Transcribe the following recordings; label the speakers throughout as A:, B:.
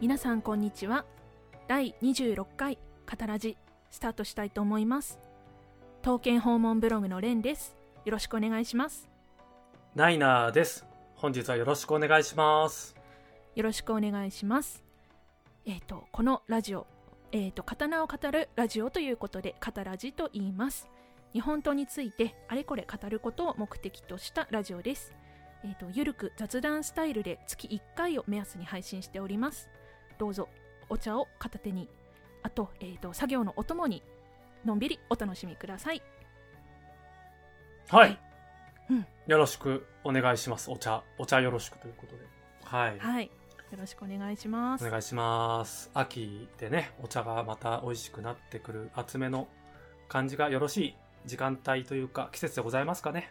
A: 皆さんこんにちは第26回カタラジスタートしたいと思います刀剣訪問ブログのレンですよろしくお願いします
B: ナイナーです。本日はよろしくお願いします。
A: よろしくお願いしますえっ、とこのラジオえっ、と刀を語るラジオということでカタラジと言います日本刀についてあれこれ語ることを目的としたラジオですえっ、とゆるく雑談スタイルで月1回を目安に配信しておりますどうぞお茶を片手にあと,、えー、と作業のお供にのんびりお楽しみください
B: はい。
A: うん
B: よろしくお願いします。お茶、お茶よろしくということで。はい。
A: はいよろしくお願いします
B: お願いします。秋でね、お茶がまた美味しくなってくる厚めの感じがよろしい時間帯というか季節でございますかね。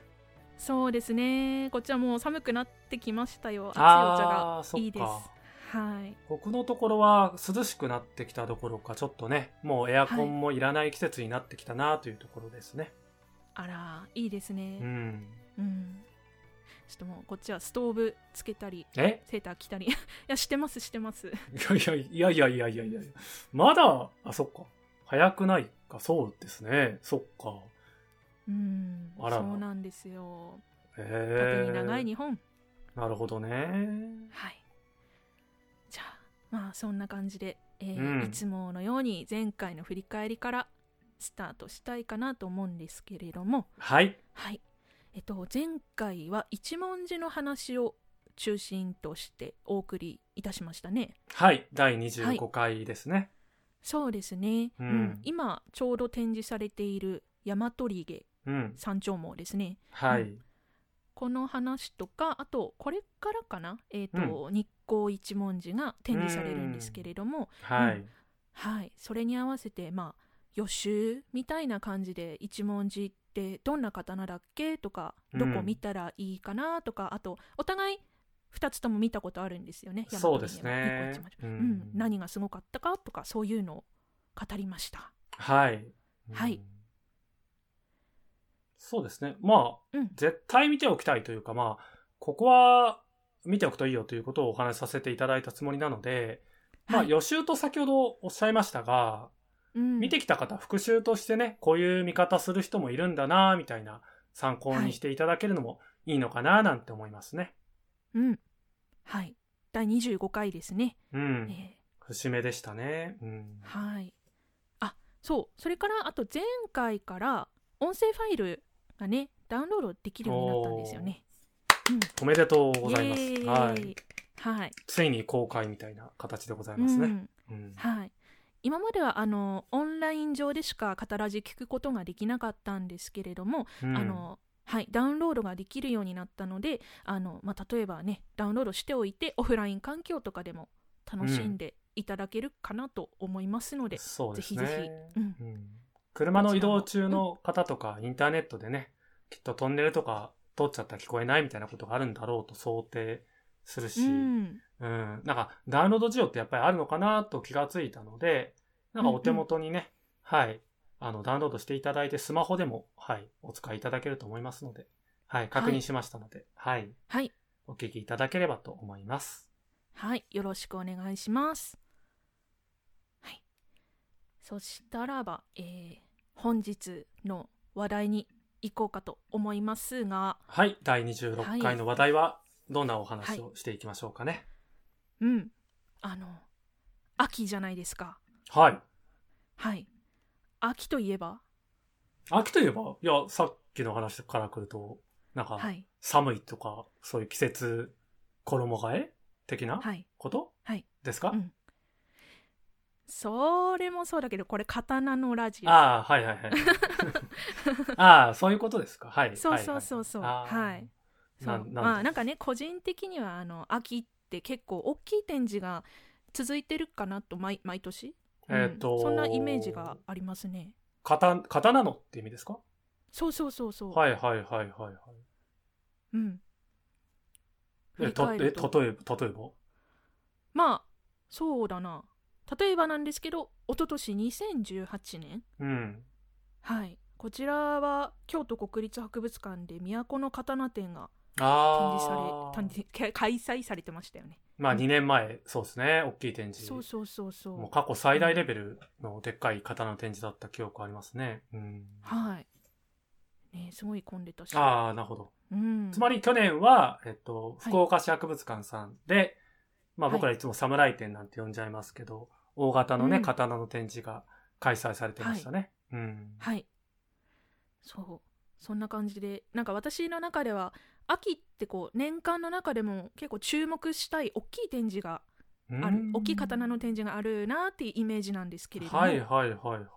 A: そうですねこっちはもう寒くなってきましたよ熱いお茶が
B: あーそっか
A: いいですはい
B: 僕のところは涼しくなってきたどころか、ちょっとね、もうエアコンもいらない季節になってきたなというところですね。
A: あらいいですね
B: うん。
A: うん、ちょっともうこっちはストーブつけたり
B: え
A: セーター着たりいやしてますして ます
B: いやいやいやいやいやいやいやまだ、あ、そっか。早くないか、そうですね。そっか。
A: うん
B: あら
A: そうなんですよ
B: へ
A: 縦
B: え。
A: に長い日本、
B: なるほどね。
A: はいじゃあまあそんな感じで、えー
B: うん
A: いつものように前回の振り返りからスタートしたいかなと思うんですけれども
B: はい。
A: はい。えっと、前回は一文字の話を中心としてお送りいたしましたね。
B: はい。第25回ですね。
A: そうですね。
B: うん
A: 今、ちょうど展示されている大和リゲ
B: うん。
A: 山頂網ですね。
B: は
A: う
B: い。
A: この話とか、あと、これからかな、えっと、日光一文字が展示されるんですけれども、
B: は
A: う
B: い。
A: はい。それに合わせて、まあ、予習みたいな感じで一文字ってどんな刀だっけとか
B: うん
A: どこ見たらいいかなとか、あとお互い2つとも見たことあるんですよね大和
B: そうです
A: 家の
B: ね
A: 一文字
B: う
A: うんん、何がすごかったかとかそういうのを語りました
B: はい。うん
A: はい。
B: そうですね。まあ、
A: うん
B: 絶対見ておきたいというか、まあ、ここは見ておくといいよということをお話しさせていただいたつもりなので、まあ、
A: はい
B: 予習と先ほどおっしゃいましたが、
A: うん
B: 見てきた方、復習としてね、こういう見方する人もいるんだな、みたいな参考にしていただけるのもいいのかな、なんて思いますね。
A: うんはい第25回ですね、
B: うん。
A: え
B: 節目でしたね。うん
A: ー。はいあそうそれからあと前回から音声ファイルがねダウンロードできるようになったんですよね
B: おめでとう
A: イエ
B: ございます。
A: ーイ
B: はい。
A: はい
B: ついに公開みたいな形でございます
A: う
B: ね。
A: ん
B: うん
A: はい、今まではあのオンライン上でしか語らじ聞くことができなかったんですけれども、
B: うん
A: あのはい、ダウンロードができるようになったのであの、まあ、例えばねダウンロードしておいてオフライン環境とかでも楽しんでいただけるかなと思いますので、
B: そうです
A: ぜひぜ
B: ね。
A: うん
B: うん車の移動中の方とか、インターネットでね、きっとトンネルとか通っちゃったら聞こえないみたいなことがあるんだろうと想定するし、
A: うん
B: うん。なんか、ダウンロード需要ってやっぱりあるのかなと気がついたので、なんかお手元にね、はい、あの、ダウンロードしていただいて、スマホでも、はい、お使いいただけると思いますので、はい、確認しましたので、はい、
A: はい
B: お聞きいただければと思います。
A: はい、よろしくお願いします。はい、そしたらば、えー本日の話題に行こうかと思いますが。
B: はい、第26回の話題は、どんなお話をしていきましょうかね。
A: うん。あの、秋じゃないですか。
B: はい。
A: はい。秋といえば、
B: 秋といえば、いや、さっきの話から来ると、なんか、
A: はい、
B: 寒いとか、そういう季節、衣替え的な
A: はい、
B: こと、
A: はい
B: ですか、
A: うんそれもそうだけど、これ、刀のラジオ。
B: ああ、はいは いはい。ああ、そういうことですか。はい。
A: そうそうそうそう。
B: は
A: はい
B: いはい。
A: そ
B: な
A: う
B: なんで
A: まあ、なんかね、個人的には、あの、秋って結構大きい展示が続いてるかなと、毎毎年。
B: あーえっ、と、
A: うんそんなイメージがありますね。
B: 刀。刀のって意味ですか
A: そうそうそうそう。
B: はいはいはいはいはい。
A: うん。振
B: え、
A: り
B: と、
A: 返
B: え、
A: る
B: 例え
A: と
B: ば、例えば
A: まあ、そうだな。例えばなんですけど、一昨年2018年
B: うん。
A: はい、こちらは京都国立博物館で都の刀展が展示
B: あ
A: さ
B: あ。
A: れ展示け開催されてましたよね。
B: まあ2年前、そうですね、大きい展示。
A: そうそうそうそ
B: もう
A: う。
B: 過去最大レベルのでっかい刀の展示だった記憶ありますね。うん。
A: はい。ね、すごい混んでたし。
B: ああ、なるほど。
A: うん。
B: つまり去年は、えっと、福岡市博物館さんで、まあ僕らいつも侍展なんて呼んじゃいますけど、大型のね、
A: うん
B: 刀の展示が開催されてましたね。うん。
A: はい。そう。そんな感じで、なんか私の中では、秋ってこう、年間の中でも結構注目したい大きい展示が
B: うん
A: ある、大きい刀の展示があるなっていうイメージなんですけれども、
B: はいはいはいはい。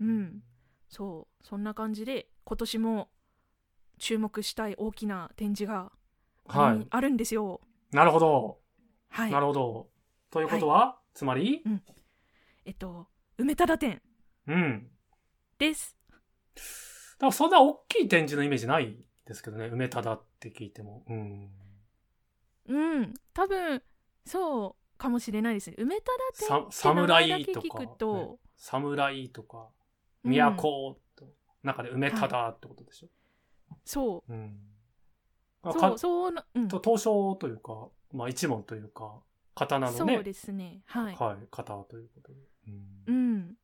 A: うん。そう。そんな感じで、今年も注目したい大きな展示が
B: は
A: に
B: い。
A: あるんですよ。
B: なるほど。
A: はい。
B: なるほど。ということは、つまり、
A: えっと、梅忠展
B: うん。
A: です。
B: だからそんな大きい展示のイメージないですけどね、梅忠って聞いても。うん。
A: うん。多分、そうかもしれないですね。梅忠展
B: さ
A: って名前だ
B: 侍
A: け
B: とか、
A: 聞くと、
B: 侍とか、
A: うん
B: 都と、中で梅忠ってことでしょ。
A: そう。
B: うん。あ
A: そう、
B: か
A: そうな、うん。
B: と東証というか、まあ一門というか、刀のね、
A: そうですね。はい。
B: はい、刀ということで。うん
A: うん。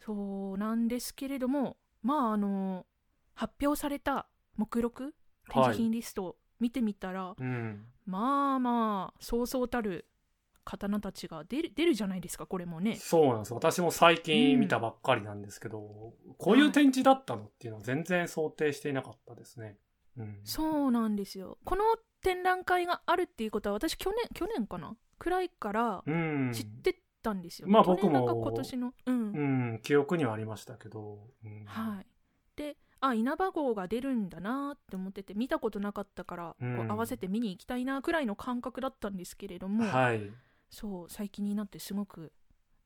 A: そうなんですけれども、まあ、あの、発表された目録、展示品リストを見てみたら、
B: うん。
A: まあまあ、そうそうたる刀たちが出る、出るじゃないですか、これもね。
B: そうなんです。私も最近見たばっかりなんですけど、こういう展示だったのっていうのは全然想定していなかったですね。うん。
A: そうなんですよ。この展覧会があるっていうことは、私、去年、去年かなくらいから
B: うん。
A: 知ってたんですよ。
B: まあ
A: 去年
B: 僕も
A: だか今年の。うん
B: うん、記憶にはありましたけど。うん、
A: はい、であ稲葉号が出るんだなって思ってて見たことなかったから、
B: うん
A: こう合わせて見に行きたいなくらいの感覚だったんですけれども、
B: はい。
A: そう最近になってすごく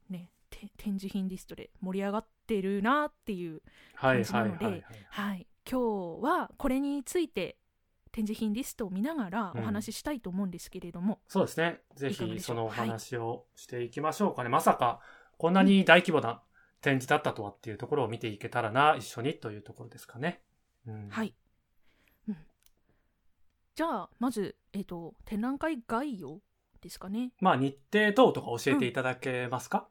A: ねて展示品リストで盛り上がってるなっていう、
B: は
A: 感
B: い、
A: じな
B: はい、
A: ので
B: はい。
A: はい、今日はこれについて展示品リストを見ながら
B: うん
A: お話ししたいと思うんですけれども、
B: そうですね。ぜ
A: いかがでしょう
B: ひ、そのお
A: はい
B: 話をしていきましょうかね。まさか、こんなに大規模な展示だったとはっていうところを見ていけたらな、一緒にというところですかね。うん、
A: は。い、うん、じゃあまず、えー、と展覧会概要ですかね
B: まあ、日程等とか教えていただけますか、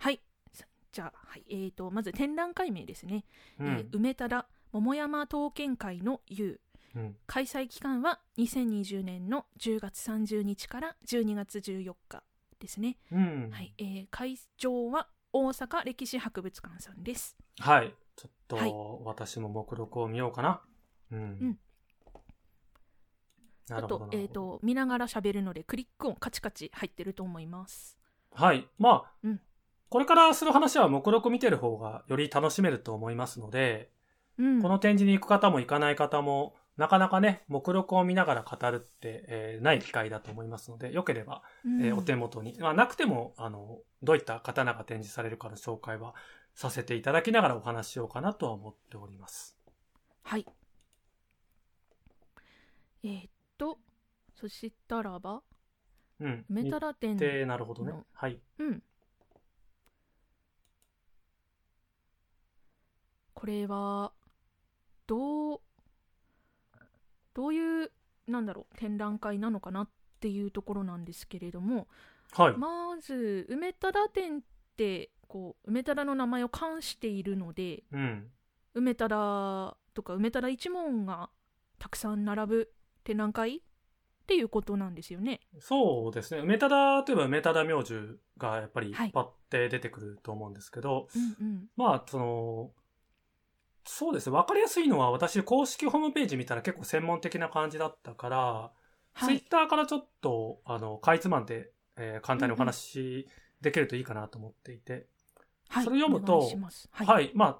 A: はいさじゃあ、はいえー、とまず展覧会名ですね
B: う
A: えー
B: ん。
A: 梅忠桃山刀剣会の優
B: うん。
A: 開催期間は2020年の10月30日から12月14日ですね、
B: うん。
A: はいえー会場は大阪歴史博物館さんです
B: はい。ちょっと、
A: はい
B: 私も目録を見ようかな。うん。
A: ん
B: な
A: あ
B: るほど
A: と,、
B: な
A: え
B: る
A: ー、
B: ほど。
A: と見ながら喋るのでクリック音カチカチ入ってると思います
B: はい。まあ、
A: うん
B: これからする話は目録見てる方がより楽しめると思いますので、
A: うん
B: この展示に行く方も行かない方も、なかなかね、目録を見ながら語るって、えーない機会だと思いますので、よければ、えー
A: うん
B: お手元に、まあ、なくても、あの、どういった刀が展示されるかの紹介はさせていただきながらお話ししようかなとは思っております。
A: はいえー、っとそしたらば
B: うん。
A: 梅
B: っ
A: 忠展
B: て、なるほどね
A: の。
B: はい。
A: うん。これは、どう、どういう、なんだろう、展覧会なのかなっていうところなんですけれども、
B: はい。
A: まず、梅忠展って、こう、梅忠の名前を冠しているので、
B: うん。
A: 梅忠とか梅忠一門がたくさん並ぶ展覧会っていうことなんですよね。
B: そうですね。梅忠といえば梅忠明寿がやっぱり
A: はい
B: パッて出てくると思うんですけど、
A: うんうん。
B: まあ、その、そうですね。わかりやすいのは、私、公式ホームページ見たら結構専門的な感じだったから、ツ
A: は
B: イッ
A: い。
B: ターからちょっと、あの、かいつまんで、えー簡単にお話しできるといいかなと思っていて。
A: はい、
B: それ読む
A: お
B: と
A: 願いします
B: は、
A: はいい。
B: まあ、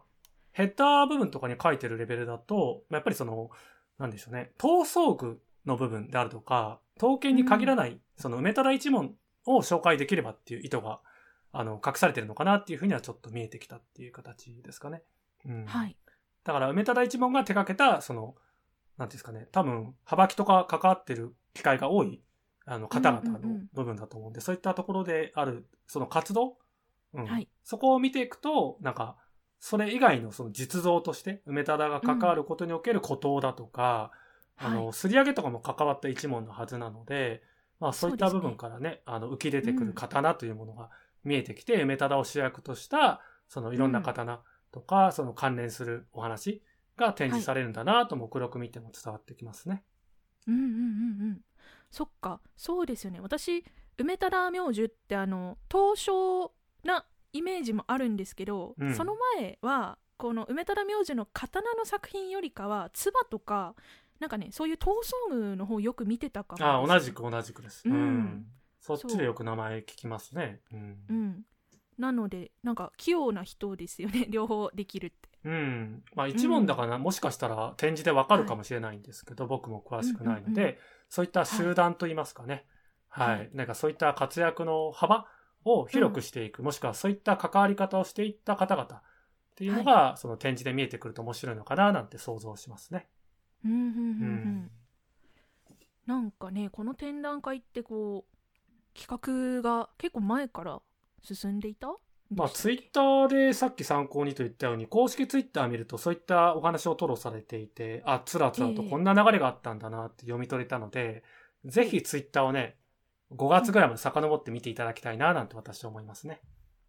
B: ヘッダー部分とかに書いてるレベルだと、まあやっぱりその、なんでしょうね。闘争具の部分であるとか、刀剣に限らない、その、梅忠一門を紹介できればっていう意図が、あの、隠されてるのかなっていうふうにはちょっと見えてきたっていう形ですかね。うん。
A: はい。
B: だから、梅忠一門が手掛けた、その、なんていうんですかね、多分、幅木とか関わってる機会が多い、あの、方々
A: うんうんう
B: の
A: ん
B: 部分だと思うんで、そういったところである、その活動、うん
A: はい
B: そこを見ていくと、なんか、それ以外のその実像として、梅忠が関わることにおける孤島だとか、あの、
A: はい
B: すり上げとかも関わった一門のはずなので、まあそういった
A: そう
B: 部
A: ですね
B: 分からね、あの浮き出てくる刀というものが見えてきて、メタダを主役とした、そのいろんな刀とか、その関連するお話が展示されるんだなと、目録見ても伝わってきますね。
A: うんうんうんうんそっかそうですよね私梅忠明寿ってあの東証なイメージもあるんですけど、
B: うん
A: その前はこの梅忠明寿の刀の作品よりかは唾とかなんかねそういう闘争具の方よく見てたかも
B: ああ、
A: ですね
B: 同じく同じくです。うん。
A: うん
B: そっちでよく名前聞きますね。うん。
A: うんなのでなんか器用な人ですよね 両方できるって
B: うん。まあ一問だから、もしかしたら展示でわかるかもしれないんですけど、僕も詳しくないので、
A: うんうんう
B: そういった集団といいますかね。は。
A: はいい
B: なんかそういった活躍の幅を広くしていく、もしくはそういった関わり方をしていった方々っていうのが、その展示で見えてくると面白いのかななんて想像しますね。
A: うんうんうん
B: う
A: うん、
B: ん。
A: なんかねこの展覧会ってこう企画が結構前から進んでいた
B: まあツイッターでさっき参考にと言ったように、公式ツイッター見るとそういったお話を吐露されていて、あ、つらつらと
A: ええ
B: こんな流れがあったんだなって読み取れたので、ぜひツイッターをね、5月ぐらいまで遡って見ていただきたいななんて私は思いますね。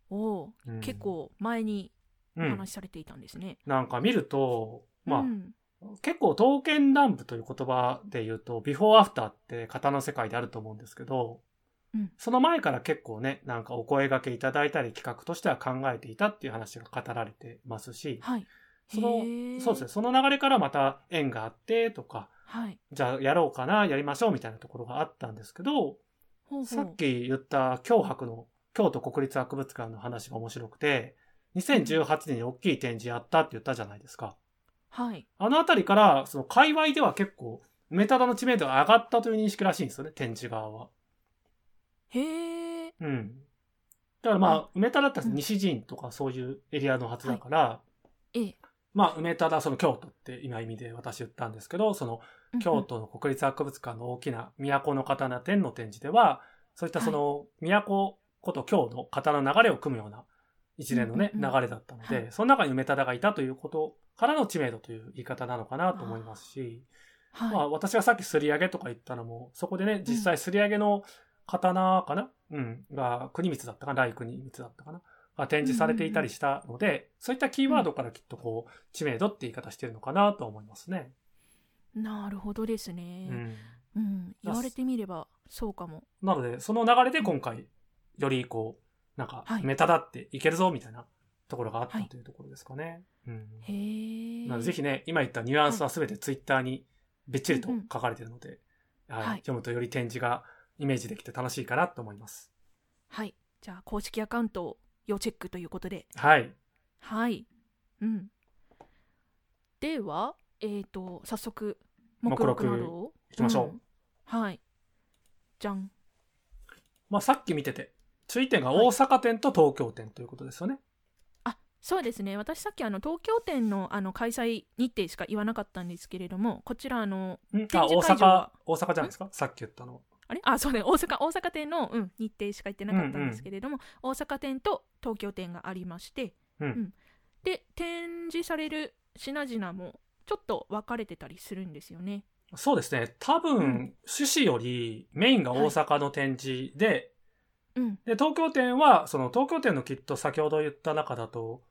A: おー
B: うん
A: 結構前に
B: う
A: お
B: ん。
A: 話しされていたんですね。
B: なんか見ると、まあ、
A: うん
B: 結構刀剣乱舞という言葉で言うと、ビフォーアフターって型の世界であると思うんですけど、
A: うん
B: その前から結構ね、なんかお声掛けいただいたり企画としては考えていたっていう話が語られてますし、
A: はい。
B: その
A: へー
B: そうですね。。その流れからまた縁があってとか、
A: はい。
B: じゃあやろうかな、やりましょうみたいなところがあったんですけど、
A: ほうほう
B: さっき言った京博の京都国立博物館の話が面白くて、2018年に大きい展示やったって言ったじゃないですか。
A: はい。
B: あのあたりから、その界隈では結構、メタダの知名度が上がったという認識らしいんですよね、展示側は。
A: へえ。
B: うん。だからまあ
A: あ、
B: 梅田だったら
A: うん
B: 西陣とかそういうエリアのはずだから、
A: ええ。
B: まあ、梅田だ、その京都って今意味で私言ったんですけど、その京
A: 都。
B: 都の国立博物館の大きな都の刀展の展示では、そういったその都こと京の刀の流れを組むような一連のね、
A: うんうんうん
B: 流れだったので、
A: はい
B: その中に梅田がいたということからの知名度という言い方なのかなと思いますし、
A: はい。
B: まあ私がさっきすり上げとか言ったのも、そこでね、実際すり上げの刀かなうん。が、国光だったかな来国光だったかなが展示されていたりしたので、そういったキーワードからきっとこう、知名度って言い方してるのかなと思いますね。
A: なるほどです
B: う
A: ね。
B: ん。
A: うん。言われてみればそうかも。
B: なので、その流れで今回、よりこう、なんか
A: は、い
B: メタだっていけるぞみたいなところがあった
A: はい
B: というところですかね。うん。
A: へえ。
B: なので、ぜひね、今言ったニュアンスはすべてツイッターにべっちりと書かれているので、はい
A: はい
B: 読むとより展示がイメージできて楽しいかなと思います。
A: はい。じゃあ公式アカウントを要チェックということで。
B: はい。
A: はい。うん。では、えっ、と、早速、目
B: 目
A: 録
B: 録
A: などを。
B: いきましょう
A: はい。じゃん。
B: まあ、さっき見てて、注意点が大阪店と東京店ということですよね。
A: あそうですね私さっきあの東京店のあの開催日程しか言わなかったんですけれどもこちらあの
B: うんあ、大
A: 展示会場
B: 阪
A: は、
B: 大阪じゃないですかさっき言ったのは。
A: あれあそうね大阪大阪店の、うん、日程しか言ってなかったんですけれども、大阪店と東京店がありまして、
B: うん
A: で展示される品々もちょっと分かれてたりするんですよね。
B: そうですね。多分、
A: うん
B: 趣旨よりメインが大阪の展示で、
A: うん、
B: で、東京店は、その東京店のきっと先ほど言った中だと、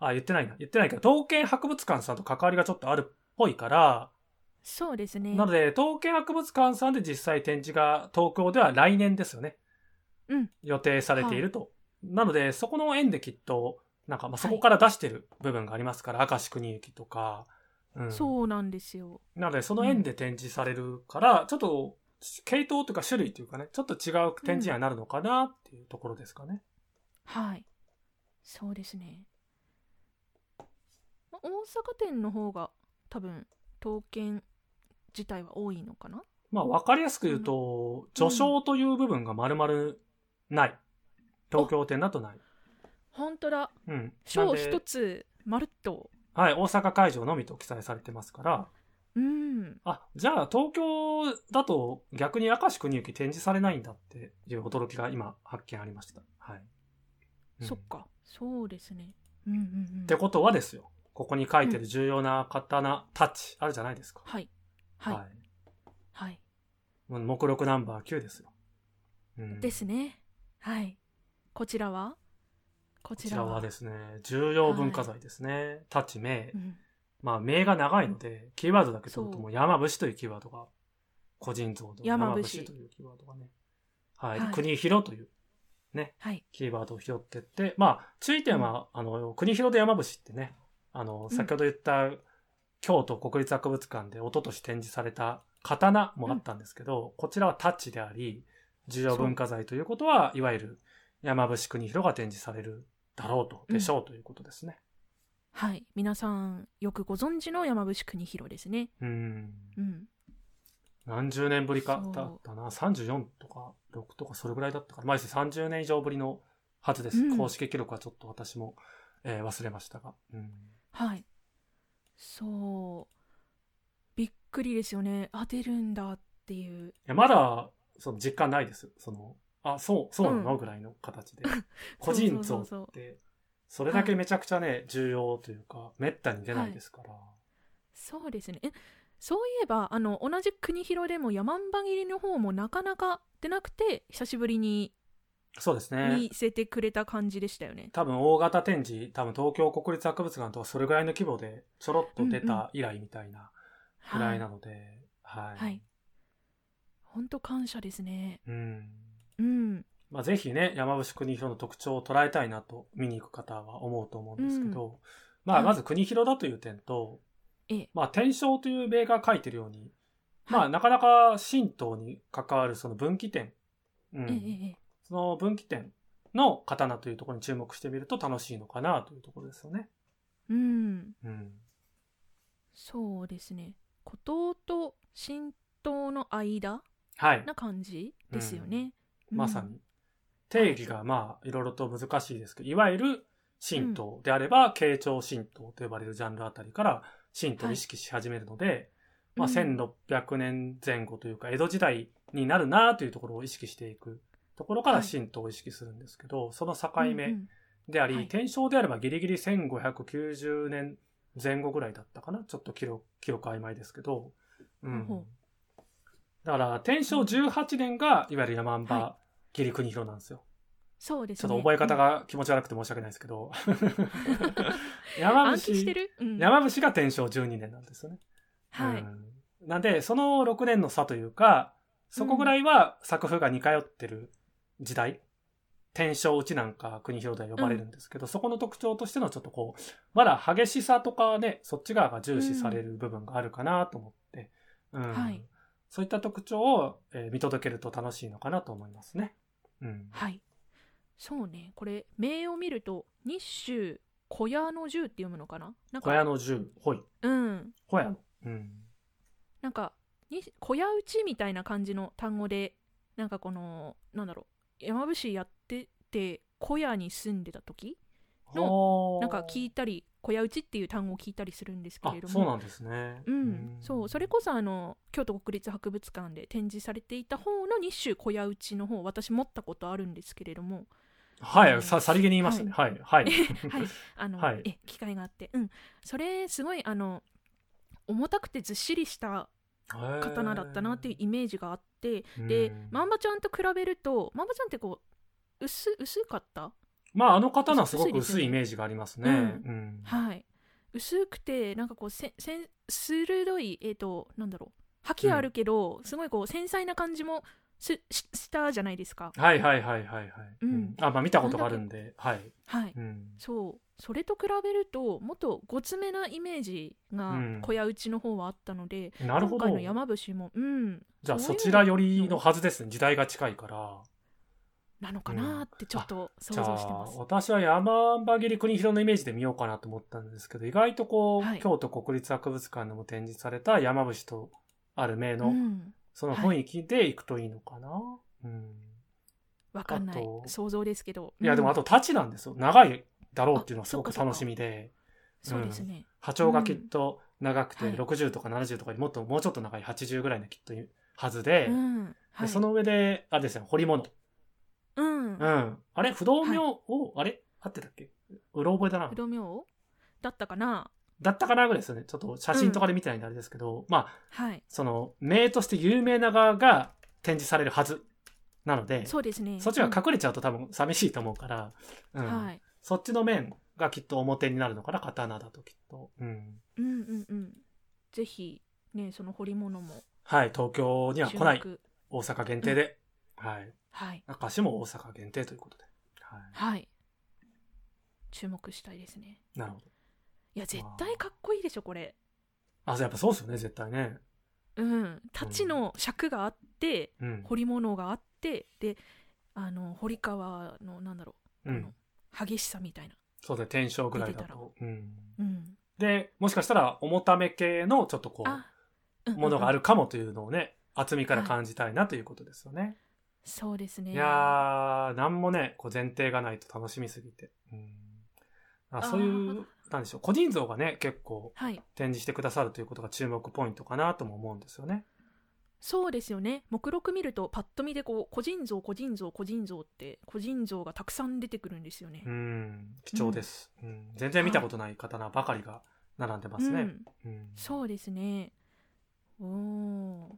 B: あ、言ってないな。言ってないけど、東京博物館さんと関わりがちょっとあるっぽいから、
A: そうですね。
B: なので、東京博物館さんで実際展示が東京では来年ですよね。
A: うん
B: 予定されていると。なので、そこの縁できっと、なんか、まあ、そこから出してる部分がありますから、明石国行とか。うん、
A: そうなんですよ。
B: なので、その縁で展示されるから、ちょっと、系統というか種類というかね、ちょっと違う展示にはなるのかなっていうところですかね。
A: はい。そうですね。ま大阪店の方が多分刀剣自体は多いのかな。
B: まあ、わかりやすく言うと、序章という部分が丸々ない。東京店だとない。
A: 本当だ。
B: うん。な
A: 章
B: んで
A: 一つまるっと。
B: はい、大阪会場のみと記載されてますから、
A: うん。
B: あ、じゃあ東京だと逆に明石国行展示されないんだっていう驚きが今発見ありました。はい。うん
A: そっか。そうですね。うんうんうん。
B: ってことはですよ、ここに書いてる重要な刀たちあるじゃないですか。
A: はいはい
B: い
A: はい。
B: もう目録ナンバー9ですよ。うん
A: ですね。はい。こちらはこ
B: こ
A: ち
B: ち
A: ら
B: ら
A: は
B: はですね、重要文化財ですね。太刀銘
A: う。ん
B: まあ、銘が長いので、キーワードだけ取ると、もう山伏というキーワードが、個人像と
A: 山
B: 山
A: 伏
B: 伏というキーワードがね。はい。
A: はい
B: 国広という
A: はい。
B: キーワードを拾ってって、まあ、注意点は、あの、国広と山伏ってね、あ
A: う
B: の、
A: ん
B: 先ほど言った、京都国立博物館で一昨年展示された刀もあったんですけど、こちらはタッチであり、重要文化財ということは、いわゆる山伏国広が展示されるだろうと、でしょうということですね。
A: はい。皆さん、よくご存知の山伏国広ですね。
B: うん。
A: うん。
B: 何十年ぶりか
A: そう
B: だったな、34とか6とかそれぐらいだったから、毎週30年以上ぶりのはずです。
A: うん
B: 公式記録はちょっと私も、えー忘れましたが。うん
A: はい。そう。びっくりですよね。当てるんだっていう。
B: いや、まだ、その実感ないです。その、あ、そう、そうなの、ぐらいの 形で。個人
A: そ
B: 像
A: うそう
B: っ
A: そう
B: て、それだけめちゃくちゃね、重要というか、めったに出ないですから。
A: そうですね。えそういえば、あの、同じ国広でも山んば切りの方もなかなか出なくて、久しぶりに
B: そうですね
A: 見。せてくれた感じでしたよね。
B: 多分大型展示、多分東京国立博物館とかそれぐらいの規模でちょろっと出た以来みたいなぐらいな
A: はい
B: ので、はい。
A: はい本当感謝ですね。
B: うん。
A: うん。
B: まあ、ぜひね、山伏国広の特徴を捉えたいなと、見に行く方は思うと思うんですけど、ま
A: は
B: あ、
A: い
B: まず国広だという点と、
A: ええ
B: まあ、天正という銘が書いてるように、ま
A: は
B: あ、
A: い
B: なかなか神道に関わるその分岐点、
A: え
B: う
A: え
B: ん、
A: ええ
B: その分岐点の刀というところに注目してみると楽しいのかなというところですよね。
A: うん。
B: うん。
A: そうですね。古刀と神道の間
B: はい。
A: な感じですよね。うん
B: まさに。。定義がまあ、いろいろと難しいですけど、いわゆる神道であれば、慶長神道と呼ばれるジャンルあたりから神道を意識し始めるので、まあ、
A: うん
B: 1600年前後というか、江戸時代になるなというところを意識していくところから
A: はい
B: 神道を意識するんですけど、その境
A: うんう
B: 目
A: ん
B: であり、
A: はい
B: 天正であればギリギリ1590年前後ぐらいだったかな。ちょっと記録、記録曖昧ですけど。うん
A: ほうほう。
B: だから、天正18年が、いわゆる山ん
A: は
B: ば、ギリ国広なんですよ。
A: そうです
B: ち
A: ね。
B: ょっと覚え方が気持ち悪くて申し訳ないです けど。
A: うん
B: 山
A: 暗記して
B: 伏、
A: る、うん
B: 山伏が天正12年なんですよね。
A: はい、
B: うんなんで、その6年の差というか、そこぐらいは作風が似通ってる時代、天正内なんか国広では呼ばれるんですけど、そこの特徴としてのちょっとこう、まだ激しさとかね、そっち側が重視される部分があるかなと思って、うん
A: はい
B: そういった特徴を、えー見届けると楽しいのかなと思いますね。うん、
A: はい。そうね。これ、名を見ると、日州小屋の銃って読むのかななん
B: 小
A: か、
B: 屋の銃、ほい、
A: うん。
B: ほやの。うん、
A: なんか、に小屋打ちみたいな感じの単語で、なんかこの、なんだろう、山伏やってて、小屋に住んでた時
B: の
A: なんか聞いたり、小屋打ちっていう単語を聞いたりするんですけ
B: あ
A: れども。
B: そうなんですね。
A: うん、そうそれこそあの京都国立博物館で展示されていた方の日州小屋内の方私持ったことあるんですけれども、
B: はい、さ、さりげに言いましたね。はい、はい。
A: はい、あの、
B: はい
A: え機会があって、うん、それすごいあの重たくてずっしりした刀だったなっていうイメージがあって、でまんばちゃんと比べるとまんばちゃんってこう薄薄かった
B: まあ、あの刀すごく薄いイメージがありますね。
A: うん
B: うん
A: はい薄くてなんかこうせんせん鋭いえっ、となんだろう覇気あるけど、すごいこう繊細な感じもすししたじゃないですか
B: はいはいはいはいはい。
A: うん
B: あ、まあ見たことがあるんで、はい。
A: はい、
B: うん
A: そうそれと比べるともっとごつめなイメージが
B: うん
A: 小屋内の方はあったので、
B: なるほ
A: 今
B: ど
A: 回。の山伏もうん
B: じゃあ
A: そう
B: そ
A: いう
B: ちら寄りのはずですね。時代が近いから。
A: なのかなーってちょっと想
B: じゃ
A: 像して
B: あ
A: ます、
B: 私は山場切り国広のイメージで見ようかなと思ったんですけど、意外とこう、
A: はい
B: 京都国立博物館でも展示された山伏とある名の、
A: うん
B: その雰囲気で行くといいのかな。うん
A: わかんな
B: あ
A: い
B: と
A: 想像ですけど
B: いや、でもあ
A: と、
B: と、太刀なんですよ。長いだろうっていうのはすご
A: あそっか
B: く
A: そっか
B: 楽しみで、
A: そうですね、
B: 波長がきっと長くて、
A: うんはい
B: 60とか70とか、もっと、もうちょっと長い80ぐらいのきっというはずで、
A: うんはい
B: でその上で、あれですね、彫り物。
A: うん
B: うん。あれ不動明を、あれ合ってたっけうろ覚えだな
A: 不。動明王だったかな
B: だったかなぐらいですよね。ちょっと写真とかで見てないんであれですけど、まあ、
A: はい
B: その、名として有名な側が展示されるはずなので、
A: そうですね。
B: そっちが隠れちゃうと多分寂しいと思うから、う
A: うんんはい。
B: そっちの面がきっと表になるのかな、刀だときっと。うん。
A: うんうんうん。ぜひ、ね、その彫り物も。
B: はい、東京には来ない
A: 注。目
B: 大阪限定で。はい。
A: はい。
B: 明石も大阪限定ということで。は
A: はい。注目したいですね。
B: い。なるほど。
A: いや、絶対かっこいいでしょ、これ。
B: あ、そうやっぱそうですよね、絶対ね。
A: うん。太刀の尺があって、
B: うん。
A: 彫り物があって、で、あの、堀川の、なんだろ
B: う
A: う、あ
B: ん
A: の。激しさみたいな。
B: そうですね、転生ぐらいだ
A: 出てた
B: と。うん。
A: うん。
B: で、もしかしたら、重ため系のちょっとこ
A: あう
B: う、、
A: んうんうん
B: ものがあるかもというのをね、厚みから感じたいなということですよね。
A: そうですね。
B: いやー、なんもね、こう前提がないと楽しみすぎて。うん。あそういう、なんでしょう、個人像がね、結構
A: はい。
B: 展示してくださるということが注目ポイントかなとも思うんですよね。
A: そうですよね。目録見ると、パッと見でこう、個人像、個人像、個人像って、個人像がたくさん出てくるんですよね
B: う。ん、貴重です。うん、全然見たことない刀ばかりが並んでます
A: う
B: ね。
A: ん
B: うん
A: そうですね。おー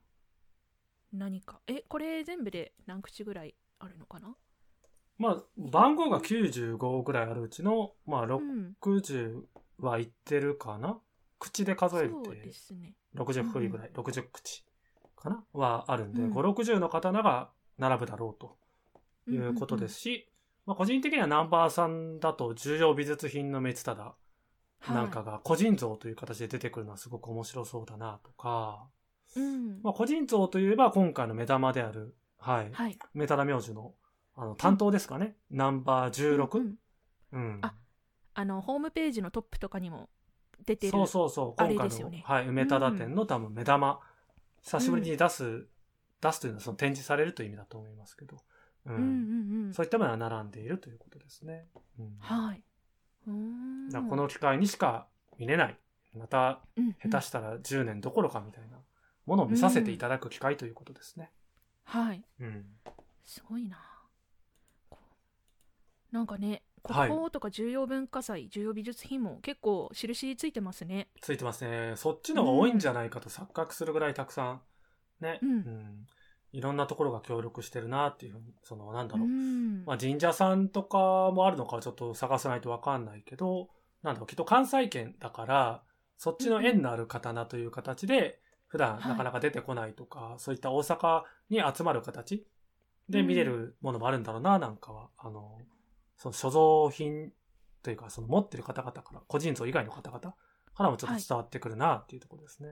A: 何か。え、これ全部で何口ぐらいあるのかな
B: まあ、番号が95ぐらいあるうちの、まあ、
A: うん。
B: 60はいってるかな口で数える
A: そう
B: って
A: ですね。
B: 60振りぐらい、60口かなはあるんで、
A: うん
B: 5、60の刀が並ぶだろうということですし、まあ、個人的にはナンバーさんだと重要美術品のメツタダ
A: うんうん。
B: なんかが個人像という形で出てくるのはすごく面白そうだなとか、
A: はい。うん。
B: まあ、個人像といえば今回の目玉である、はい、
A: はい。
B: メタダ明治のあの担当ですかね、ナンバー
A: う
B: 16?
A: ん
B: うん
A: ああの、ホームページのトップとかにも出てる。
B: そうそうそう、
A: あ
B: 今
A: れ
B: 回
A: です
B: の、
A: よね
B: はい、梅田田店の多分目玉、久しぶりに出す、出すというのはその展示されるという意味だと思いますけど、うん
A: うんうんうん。
B: そういったものが並んでいるということですね。うん
A: はい。うーん。
B: だからこの機会にしか見れない、また
A: うんうん、
B: 下手したら10年どころかみたいなものを見させていただく機会ということですね。
A: はい。
B: うん
A: すごいな。こうなんかね、
B: はい
A: 国宝とか重要文化財、重要美術品も結構印ついてますね。
B: ついてますね。そっちの方が多いんじゃないかと錯覚するぐらいたくさん、ね、
A: うん
B: いろんなところが協力してるなっていうふうに、その、なんだろう。
A: ん
B: まあ、神社さんとかもあるのかはちょっと探さないとわかんないけど、なんだろう、きっと関西圏だから、そっちの縁のある刀という形で、普段
A: はい
B: なかなか出てこないとか、そういった大阪に集まる形で見れるものもあるんだろうな、なんかは。あの、その所蔵品というか、その持ってる方々から、個人像以外の方々からもちょっと伝わってくるなっていうところですね。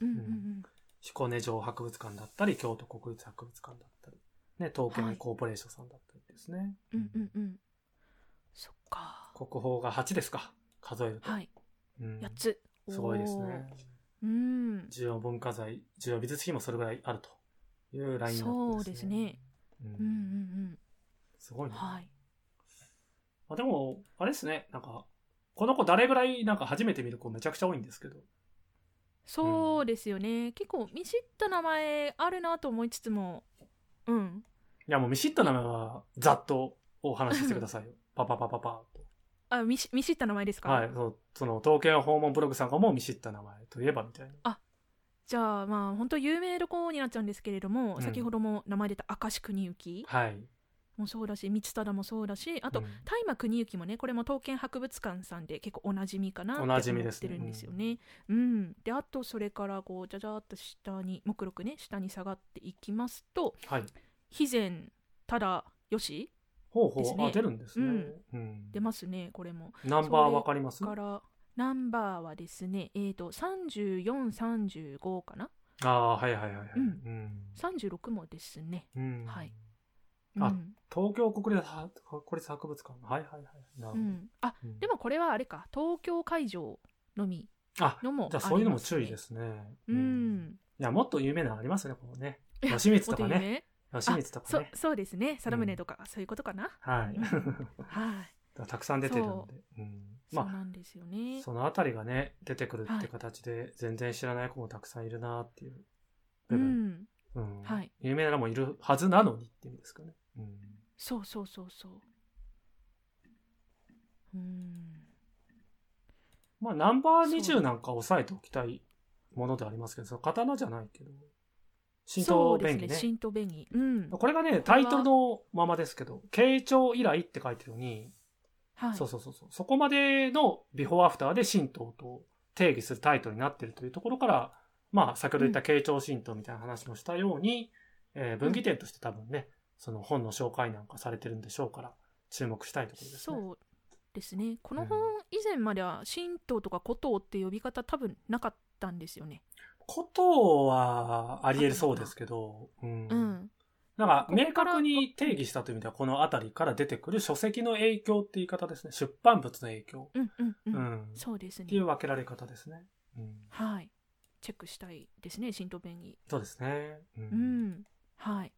A: うんうんうん、
B: 彦根城博物館だったり、京都国立博物館だったり、ね、東京コーポレーションさんだったりですね。
A: うんうんうん。そっか。
B: 国宝が8ですか数えると、
A: はい、
B: うん
A: 八つ。
B: すごいですね
A: おー。うん。
B: 重要文化財重要美術品もそれぐらいあるというラインナップ
A: そう
B: ですね
A: ですね、
B: うん
A: うんうん
B: すごい
A: うん。
B: ね、
A: はい。
B: まあ、でもあれですねなんかこの子誰ぐらいなんか初めて見る子めちゃくちゃ多いんですけど
A: そうですよね。結構見知った名前あるなと思いつつも、うん。
B: いやもう見知った名前はざっとお話ししてくださいよパパパパパー
A: あ、見し見知った名前です
B: と
A: か。
B: はいそうその東京訪問ブログさんがもう見知った名前といえばみたいな
A: じゃあまあ本当有名どころになっちゃうんですけれども、
B: うん
A: 先ほども名前出た明石国行
B: はい
A: もそうだし道忠もそうだしあと、
B: うん
A: 大麻国行もねこれも刀剣博物館さんで結構おなじみかなって
B: お
A: 思
B: なじみで
A: っ
B: す
A: て
B: ね
A: るんですよね。うんであとそれからこうじゃじゃーっと下に目録ね下に下がっていきますと
B: はい
A: 肥前忠義
B: ほうほう、
A: ですね
B: あ出るんですね、うん
A: 出ますねこれも。
B: ナンバーわかります
A: からナンバーはですねえー、と3435かな
B: ああはいはいはいはい、
A: うん
B: うん
A: 36もですね。
B: うん
A: はい。
B: あ
A: うん
B: 東京国立博国立博物館のはいはいはいなるほ
A: う
B: ど、
A: ん、あ
B: うん
A: でもこれはあれか東京会場のみ
B: あ
A: のも
B: じゃあそういうのも
A: ありますね
B: 注意ですね
A: うん、
B: いやもっと有名なのありますよねこのね吉光と
A: も
B: か
A: っ 有
B: ね
A: 名
B: 吉光とか
A: そ
B: ね
A: そうですね貞宗とか、そういうことかな
B: はい
A: うん
B: だか
A: はい
B: ら たくさん出てるんで、
A: そう
B: ん、
A: そう
B: ま
A: なんですよ
B: あ
A: ね
B: そのあたりがね出てくるっ
A: は
B: て
A: い
B: 形で全然知らない子もたくさんいるなっていう
A: う
B: 部分、
A: ん
B: うん
A: はい
B: 有名なのもいるはずなのにって意味ですかね、うん、
A: そうそうそうそううん
B: まあナンバー
A: そう
B: 20なんか押さえておきたいものでありますけどその刀じゃないけど神
A: そ
B: 道
A: うです
B: 便宜
A: ね
B: ね。
A: 新都便宜うん
B: これがね、タイトルのままですけど、慶長以来って書いてるのに、
A: はい
B: そうそうそうそう。そこまでのビフォーアフターで神道と定義するタイトルになってるというところから、まあ、先ほど言った慶長神道みたいな話もしたように、えー分岐点として多分ね、その本の紹介なんかされてるんでしょうから、注目したいところですね。
A: そうですねこの
B: うん
A: 本以前までは神道とか古道って呼び方多分なかったんですよね
B: ことはあり得るそうですけど、う
A: う
B: ん。
A: ん、
B: なんか、
A: ここ
B: 明
A: から
B: 確に定義したという意味では、この辺りから出てくる書籍の影響って言い方ですね。出版物の影響。
A: うんうんう、
B: うんん。っ
A: そうです
B: てい
A: ね
B: う分けられ方ですね。うん。
A: はいチェックしたいですね神道便宜
B: そうですね。うん
A: うんはい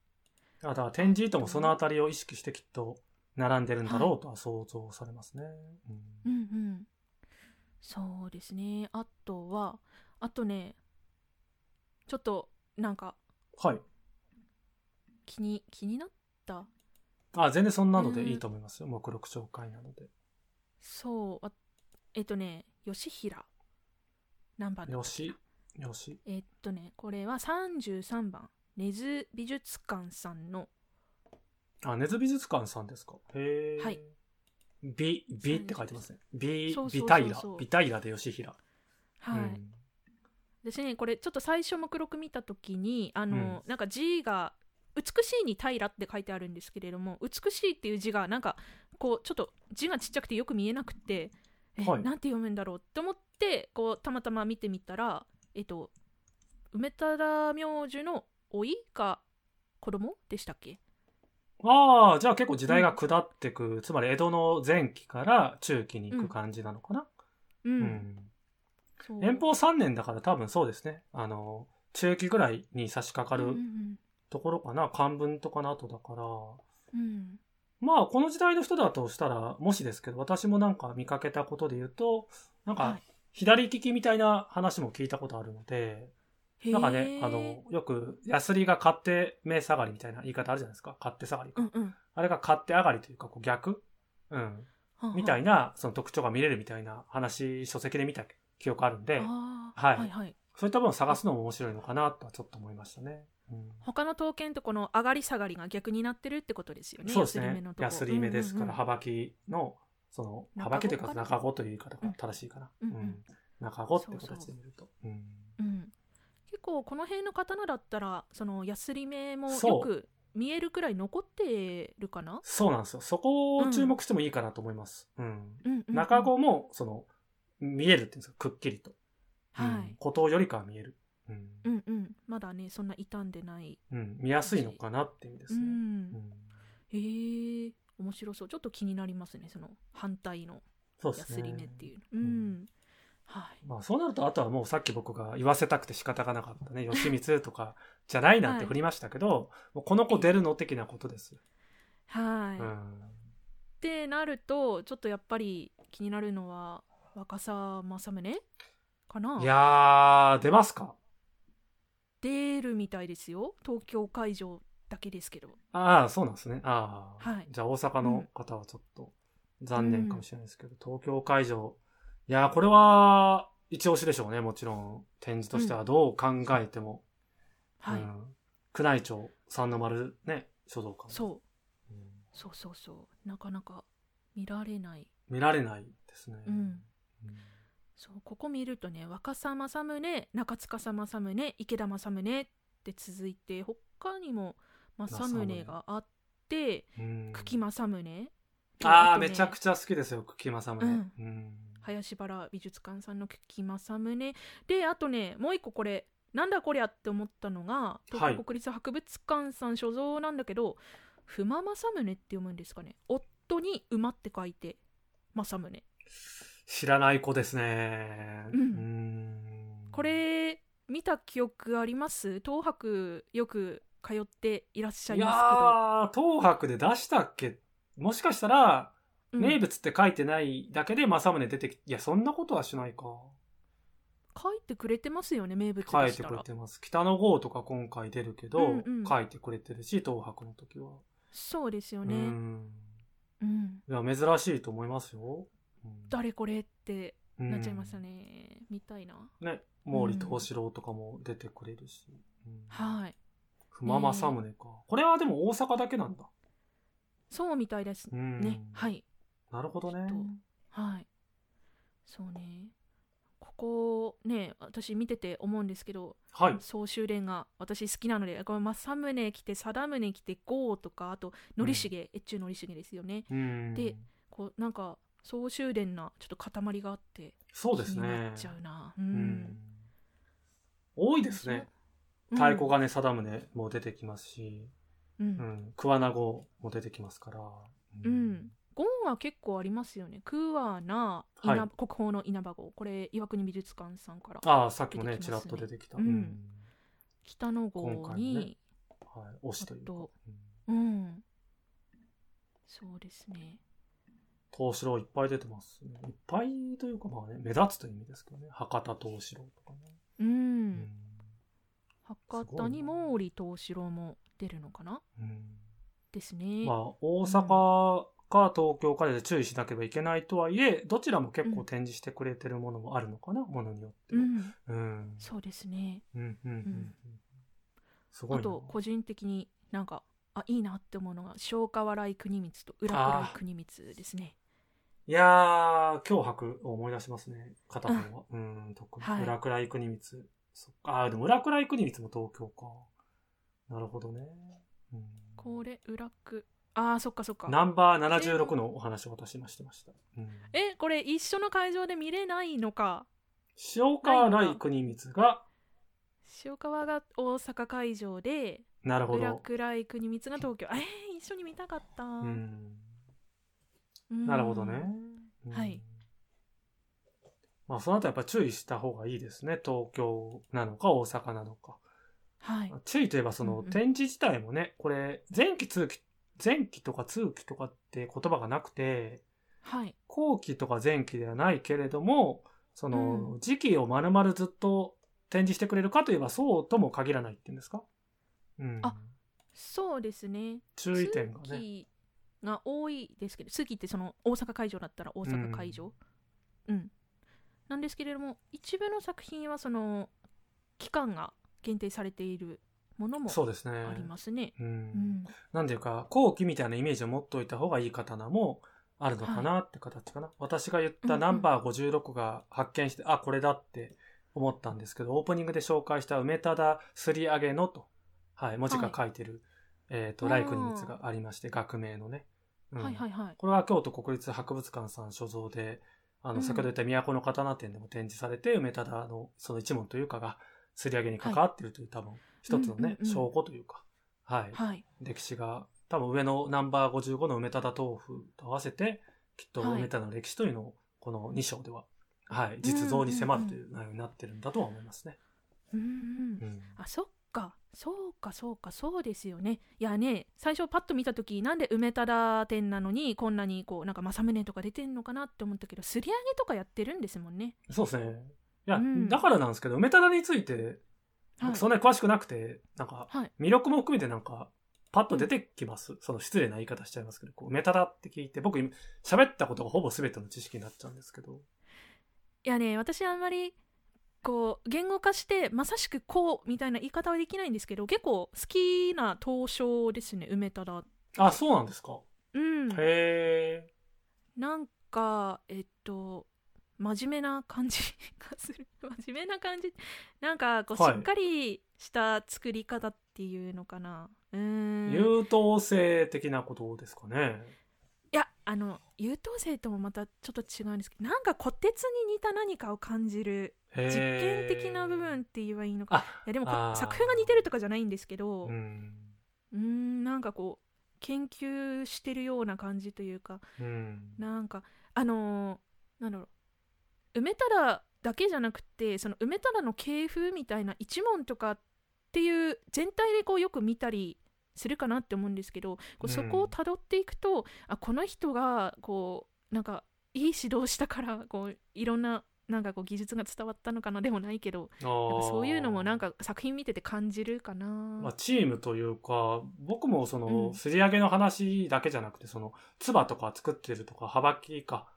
B: あだから展示ともそのあたりを意識してきっと並んでるんだろうとは想像されますね。
A: うんうんそうですねあとはあとねちょっとなんか
B: うんはい。
A: 気に気になった
B: あ、全然そんなのでいいと思いますよ。目録紹介なので。
A: そうあえっとね吉平何番だ
B: よし、よし。
A: えっとねこれは33番根津美術館さんの
B: あ、根津美術館さんですか。へえ。
A: はい。
B: 美、美って書いてますね。美
A: そう、そう
B: 美
A: そう
B: 平
A: そう。
B: 美平で吉平。
A: はい、
B: うん
A: 私ねこれちょっと最初目録見た時にあの、
B: う
A: なんか字が「美しい」に「平」って書いてあるんですけれども「美しい」っていう字がなんかこうちょっと字がちっちゃくてよく見えなくて、え
B: はい
A: なんて読むんだろうって思ってこうたまたま見てみたらえっと梅忠明寿の老いか子供でしたっけ
B: ああ、じゃあ結構時代が下ってく、つまり江戸の前期から中期に行く感じなのかな。
A: う、
B: うんん
A: そう
B: 遠方3年だから多分そうですね。あの、中期ぐらいに差し掛か
A: うんう
B: る
A: ん
B: ところかな。漢文とかの後だから。
A: うんうん
B: まあ、この時代の人だとしたら、もしですけど、私もなんか見かけたことで言うと、なん
A: は
B: か
A: い、
B: 左利きみたいな話も聞いたことあるので、
A: へー
B: なんかね、あの、よく、ヤスリが勝手目下がりみたいな言い方あるじゃないですか。勝手下がりか。
A: うんうん
B: あれが勝手上がりというか、こう逆うん。みたい
A: な
B: な、その特徴が見れるみたいな話、書籍で見た記憶あるんで、
A: は
B: はいい
A: はいはい
B: そういった分を探すのも面白いのかなとはちょっと思いましたね。うん
A: 他の刀剣とこの上がり下がりが逆になってるってことですよね。
B: そうです
A: ヤスリ目
B: ね
A: の。とこ
B: ヤスリ目ですか
A: うん
B: ら、
A: うんうん
B: 幅木の、その、
A: 中子
B: 幅木というか
A: かな
B: 中子という言い方が正しいかな。
A: う
B: うん
A: うん
B: ん。中子って形で見ると。うん
A: うん結構この辺の刀だったらそのヤスリ目も
B: そう
A: よく見えるくらい残ってるかな。
B: そうなんですよ。そこを注目してもいいかなと思います。うん。
A: うんうんうん
B: 中子も、その、見えるっていうんですか、くっきりと。
A: はい
B: うん。孤島よりかは見える。うん
A: うんうんまだねそんな傷んでない。
B: うん。見やすいのかなって意味で
A: う
B: すね。
A: ん
B: う、ん
A: へえ面白そうちょっと気になりますねその反対の
B: そうで
A: ヤ
B: す
A: ス
B: ね。
A: リ目っていう。うん、はい。
B: まあそうなると、あとはもうさっき僕が言わせたくて仕方がなかったね、吉光とかじゃないなんて振りましたけど、もうこの子出るの的なことですよ。
A: はい、
B: う
A: っ
B: ん。
A: てなるとちょっとやっぱり気になるのは若狭正宗かな。
B: いやー、出ますか
A: 出るみたいですよ東京会場だけですけど
B: ああ、そうなんですね。ああ。
A: はい
B: じゃあ大阪の方はちょっと残念かもしれないですけど、東京会場。いやー、これは一押しでしょうね、もちろん。展示としてはどう考えても。
A: はい、
B: うん宮内庁三の丸ね、書道館。
A: そう
B: うん
A: そうそうそうなかなか見られない
B: 見られないですね。
A: うん
B: うん
A: そうここ見るとね若狭正宗中塚正宗池田正宗って続いて他にも正宗があって
B: うん
A: 久喜正宗
B: ああ、めちゃく
A: ゃ
B: ちゃ好きですよ、久喜正宗。
A: うん
B: うん
A: 林原美術館さんの久喜正宗であとねもう一個これなんだこりゃって思ったのが東京国立博物館さん所蔵なんだけど「不間正宗」って読むんですかね夫に「馬」って書いて「正宗
B: 知らない子ですね。
A: うん
B: うん」
A: こ、れ見た記憶あります東博よく通っていらっしゃい
B: いや
A: ま
B: ー、東博で出したっけもしかしたら、
A: すけど、うん
B: 名物って書いてないだけで正宗出てきいや、そんなことはしないか。
A: 書いてくれてますよね名物で
B: 書い
A: してた
B: くれ
A: ら
B: てます。北の号とか今回出るけど、
A: うんうん
B: 書いてくれてるし、東博の時は。
A: そうですよ
B: う
A: ね、
B: ん。
A: うん、
B: いや、珍しいと思いますよ。うん
A: 誰これってなっちゃいました
B: ね
A: ね、みたいな
B: ね、毛利藤四郎とかも出てくれるし。うん
A: はい
B: ふままサムネか。これはでも大阪だけなんだ。
A: そうみたいです
B: う
A: ね、
B: ん。
A: はい
B: なるほどね
A: きっ。はいそうねここね私見てて思うんですけど
B: はい。
A: 総集連が私好きなのでこれ政宗来て貞宗来てゴーとかあと
B: うん
A: 則重越中則重ですよね
B: うん。
A: でこうなんか総集連なちょっと塊があって
B: そうです
A: 気にな
B: ね
A: っ。ちゃうなう、
B: うんん。多いですね。太鼓がね、定宗も出てきますし、
A: うん、うん
B: うん。桑名語も出てきますから。
A: うん。ゴンは結構ありますよね。クワナ、
B: は
A: 稲
B: い
A: 葉国宝の稲葉号、これ岩国美術館さんから
B: ああ、さっきもね、
A: 出て
B: ち
A: きま
B: らっ
A: すね
B: と出てきた。
A: うん。北の号
B: 今回のね
A: に、
B: はい。推しという
A: あ
B: か
A: と。
B: うん
A: うん、そうですね。
B: 東四郎いっぱい出てますね。いっぱいというか、まあね、目立つという意味ですけどね。博多東四郎とかね。
A: うん、
B: うん
A: 博多に毛利藤四郎も出るのかな
B: うん
A: ですね。
B: まあ、大阪か東京かで注意しなければいけないとはいえ、どちらも結構展示してくれてるものもあるのかな、ものによって
A: う
B: は。
A: ん、
B: うん。
A: そうですね。
B: うん。うん。うんうん。すご
A: あ
B: いな。
A: と個人的になんかあいいなって思うのが小河原井国光と裏
B: あ
A: 倉
B: ー
A: 井国光ですね。
B: いやー、脅迫を思い出しますね。片方は。うん、特に。
A: はい
B: 村倉郁光。そっか。あー、でも村倉郁光も東京か。なるほどね。うん
A: これ裏倉ああそっかそっか。
B: ナンバー76のお話を私今してました。うん、
A: えこれ一緒の会場で見れないのか
B: 塩川来国光が、
A: 塩川が大阪会場で
B: なるほ
A: 裏
B: ど。
A: 倉井国光が東京えー、一緒に見たかった、
B: うん。
A: うん
B: なるほどね。うん
A: はい。
B: まあ、その後やっぱ注意した方がいいですね。東京なのか大阪なのか。
A: はい
B: 注意といえばその
A: うんうん
B: 展示自体もね、これ、前期通期、前期とか通期とかって言葉がなくて、
A: はい
B: 後期とか前期ではないけれども、その、時期を丸々ずっと展示してくれるかといえばそうとも限らないっていうんですかうん。
A: あそうですね
B: 注意点が
A: 通
B: ね。
A: 期が多いですけど通期ってその大阪会場だったら大阪会場うん、なんですけれども一部の作品はその期間が限定されているものも
B: そうですね。
A: ありますね
B: う。
A: うんん
B: なんていうか、後期みたいなイメージを持っておいた方がいい刀もあるのかなって形かな。私が言っ
A: うん
B: た
A: うん
B: ナンバー56が発見して、あ、これだって思ったんですけど、オープニングで紹介した梅忠すり上げのと、はい、文字が書いてる、えっ、と、
A: あー
B: ライクニ密がありまして、学名のね。うん
A: はいはいはい
B: これは京都国立博物館さん所蔵で、あ
A: う
B: の、
A: ん
B: 先ほど言った都の刀展でも展示されて、梅忠のその一門というかが、すり上げに関わっているという、多分、一つのね、
A: うんうんうん
B: 証拠というか、はい、
A: はい
B: 歴史が、多分上のナンバー55の梅忠豆腐と合わせて、きっと
A: はい
B: 梅忠の歴史というのを、この2章では、はい、実像に迫るという内容になってるんだとは思いますね。
A: うんうん
B: うん
A: あそっかそうかそうかそうですよねいやね最初パッと見た時なんで梅忠店なのにこんなにこうなんか政宗とか出てんのかなって思ったけどすり上げとかやってるんですもんね
B: そうですね。いや、
A: うん
B: だからなんですけど、梅忠について、
A: はい
B: 僕そんなに詳しくなくて、なんか、
A: はい
B: 魅力も含めてなんか、パッと出てきます。その失礼な言い方しちゃいますけど、こう、梅忠って聞いて、僕今、喋ったことがほぼ全ての知識になっちゃうんですけど。
A: いやね私あんまりこう言語化してまさしくこうみたいな言い方はできないんですけど結構好きな東証ですね梅忠
B: あ、そうなんですか。
A: うん
B: へえ。
A: なんかえっと真面目な感じ がする真面目な感じなんかこう、
B: はい
A: しっかりした作り方っていうのかなうーんい
B: 優等生的なことですかね。
A: やあの優等生ともまたちょっと違うんですけどなんか虎鉄に似た何かを感じる
B: へ
A: 実
B: ー
A: 験的な部分って言えばいいのか
B: あ、
A: いやでもこ
B: あー
A: 作風が似てるとかじゃないんですけど
B: う
A: うん
B: ん。
A: ーんなんかこう研究してるような感じというか
B: うん。
A: なんかあのーなんだろう梅忠だけじゃなくてその梅忠の系譜みたいな一門とかっていう全体でこうよく見たりするかなって思うんですけどこ
B: うん
A: うそこをたどっていくと、あこの人がこうなんかいい指導したからこういろんななんかこう技術が伝わったのかなでもないけどやっぱそういうのもなん
B: か。
A: か作品見てて感じるかな、
B: まあ、チームというか、僕もその、
A: うん
B: すり上げの話だけじゃなくて、その、唾とか作ってるとか、はばきか。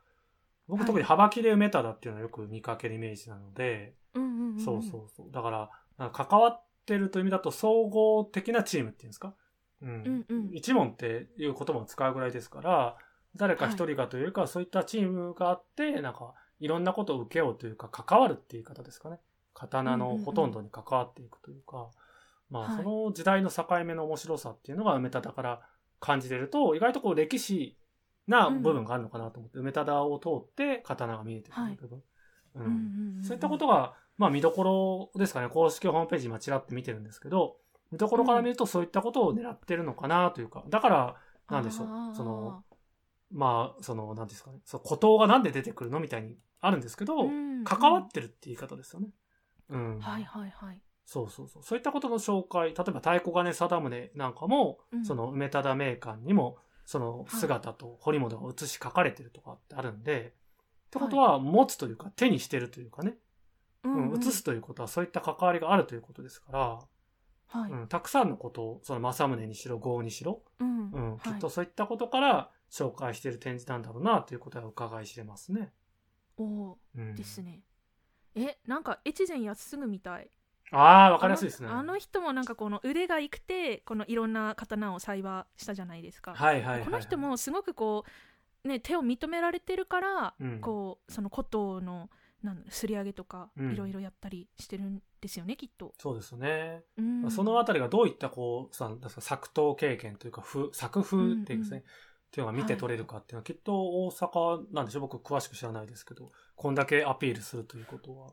B: 僕
A: はい
B: 特にはばきで埋めただっていうのはよく見かけるイメージなので、
A: うんうんうんうん
B: そうそうそう。だから、なんか関わっってるという意味だと、総合的なチームっていうんですか。う。
A: うんんうん
B: 一問っていう言葉を使うぐらいですから、誰か一人がというよりかは、そういったチームがあって、なんか、いろんなことを受けようというか、関わるっていう言い方ですかね。刀
A: うんう
B: の
A: んうん
B: ほとんどに関わっていくというか、ま
A: は
B: あ、
A: い
B: その時代の境目の面白さっていうのが梅田だから感じれると、意外とこう歴史な部分があるのかなと思って、梅田を通って刀が見えてくる部分。う
A: うん
B: ん
A: んん
B: そういったことが、まあ見どころですかね、公式ホームページ今ちらっと見てるんですけど、見どころから見るとそういったことを狙ってるのかなというか、だから、なんでしょう
A: あー
B: そのまあ、その、なんていうんですかね、そう、孤島がなんで出てくるのみたいにあるんですけど、
A: うん
B: 関わってるって言い方ですよね。うん。
A: はいはいはい、
B: そうそうそう。そういったことの紹介、例えば太鼓金貞宗なんかも、
A: うん
B: その梅忠名館にも、その姿と堀本が写し書かれてるとかってあるんで、ってことは、持つというか、手にしてるというかね、
A: うん
B: うん、
A: うん
B: 移すということはそういった関わりがあるということですか
A: は
B: ら、
A: い、
B: うん、たくさんのことを、その政宗にしろ、豪にしろ、
A: うん
B: うん、
A: はい
B: きっとそういったことから紹介している展示なんだろうなということは伺い知れますね。
A: お
B: うん
A: ーですね、えなんか越前安次みたい
B: ああ、わかりやすいですね。
A: あのあの人もなんかこの腕がいくてこのいろんな刀を栽培したじゃないですか、
B: はいはいはいはい。
A: この人、もすごくこう、ね、手を認められてるから、
B: うん
A: こうその古刀のなんすり上げとか
B: うん
A: いろいろやったりしてるんですよね、きっと、
B: そうですね。
A: うん
B: そのあたりがどういったこう、さなんですか作刀経験というか、風作風っていうんです
A: う
B: ね。
A: ん
B: っていうのが見て取れるかっていうのは、きっと大阪なんでしょう僕詳しく知らないですけど、こんだけアピールするということは、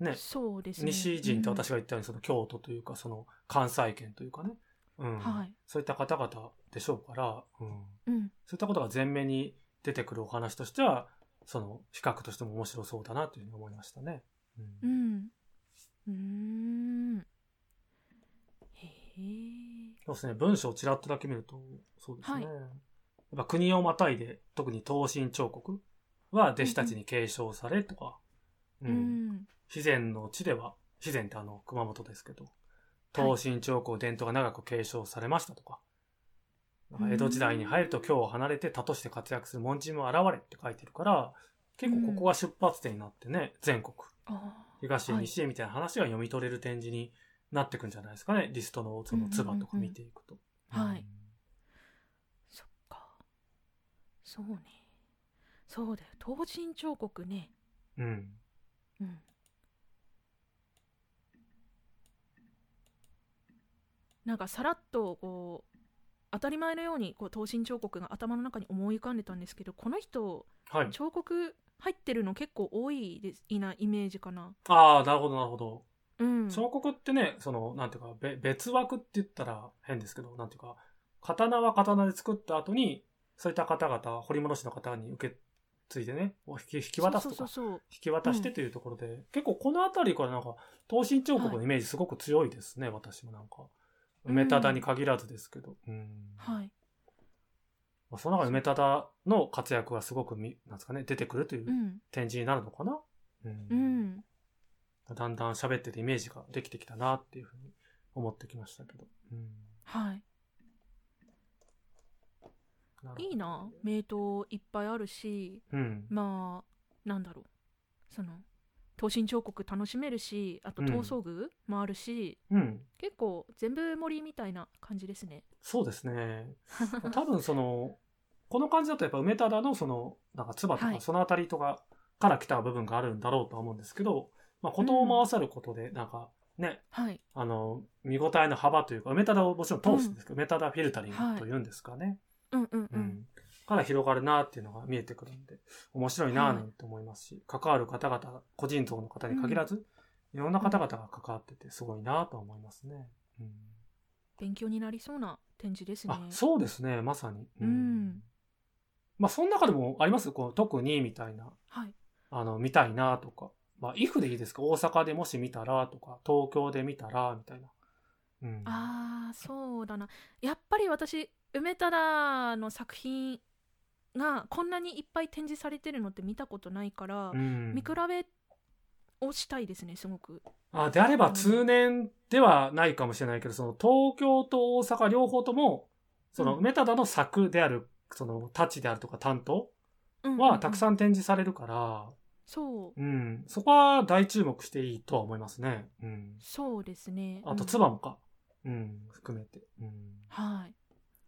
B: ね、
A: そうですね
B: 西人って私が言ったようにその京都というかその関西圏というかね、うん
A: はい
B: そういった方々でしょうから、うん、
A: うんうん
B: そういったことが前面に出てくるお話としてはその比較としても面白そうだなというふうに思いましたね。う
A: うんんうーんへえ
B: そうですね文章をちらっとだけ見るとそうですね、
A: は
B: やっぱ国をまたいで特に東進彫刻は弟子たちに継承されとか、う
A: うんん
B: 肥前の地では、肥前ってあの、熊本ですけど、
A: はい
B: 東進彫刻伝統が長く継承されましたとか、なんか
A: うん
B: 江戸時代に入ると京を離れて他として活躍する門人も現れって書いてるから、結構ここが出発点になってね、全国、
A: あー
B: 東へ
A: はい
B: 西へみたいな話が読み取れる展示になってくんじゃないですかね、リストのその唾とか見ていくと。
A: うんうんうんはい
B: うん
A: そっかそうねそうだよ東神彫刻ね
B: うん。
A: うんなんかさらっとこう当たり前のようにこう東神彫刻が頭の中に思い浮かんでたんですけどこの人
B: はい。
A: 彫刻入ってるの結構多いですいなイメージかな
B: ああ、なるほど、なるほど。
A: うん
B: 彫刻ってね、その、なんていうか、べ別枠って言ったら変ですけど、なんていうか、刀は刀で作った後に、そういった方々、掘り戻しの方に受け継いでね、を引き引き渡すと
A: そう
B: か、
A: そうそうそう
B: 引き渡してというところで、結構この辺りからなんか、東進彫刻のイメージすごく強いですね、私もなんか。梅田に限らずですけど。うん。
A: はい
B: まあ、その中で梅田の活躍がすごくみ、なんですかね、出てくるといううん展示になるのかな。うん
A: うん
B: だんだん喋っててイメージができてきたなっていうふうに思ってきましたけど。うん
A: はい
B: なるほど
A: いいな名刀いっぱいあるし
B: うん。
A: まあなんだろうその刀身彫刻楽しめるしあと
B: うん
A: 闘争具もあるし、
B: うん。
A: 結構全部盛りみたいな感じですね
B: そうで すね。多分その、この感じだとやっぱ梅田のその、なんか唾と
A: はい
B: かそのあたりとかから来た部分があるんだろうとは思うんですけど、まあ、ことを回さることで、なんかね、
A: はい
B: あの、見応えの幅というか、梅田をもちろん通すんですけど、梅田フィルタリングというんですかね。
A: うんうんう
B: うんん、から広がるなっていうのが見えてくるんで、面白いな
A: は
B: あ
A: い
B: なんて思いますし、関わる方々、個人像の方に限らず、いろんな方々が関わっててすごいなあとは思いますね。うん
A: 勉強になりそうな展示ですね
B: あ、そうですね、まさに。
A: うん
B: まあ、その中でもありますこう特にみたいな、
A: はい
B: あの、見たいなあとか。まあ、if でいいですか大阪でもし見たらとか、東京で見たらみたいな。うん。
A: あーそうだなやっぱり私梅忠の作品がこんなにいっぱい展示されてるのって見たことないから、
B: うん
A: 見比べをしたいですねすごく
B: あ、であれば通年ではないかもしれないけど、その東京と大阪両方とも、その
A: うん
B: 梅忠の作である、その立ちであるとか担当
A: うんうんうん
B: はたくさん展示されるから、
A: そう
B: うん。そこは大注目していいとは思いますね。うん。
A: そうですね
B: あと、
A: うん
B: ツバもか。うん。含めて。うん。
A: はい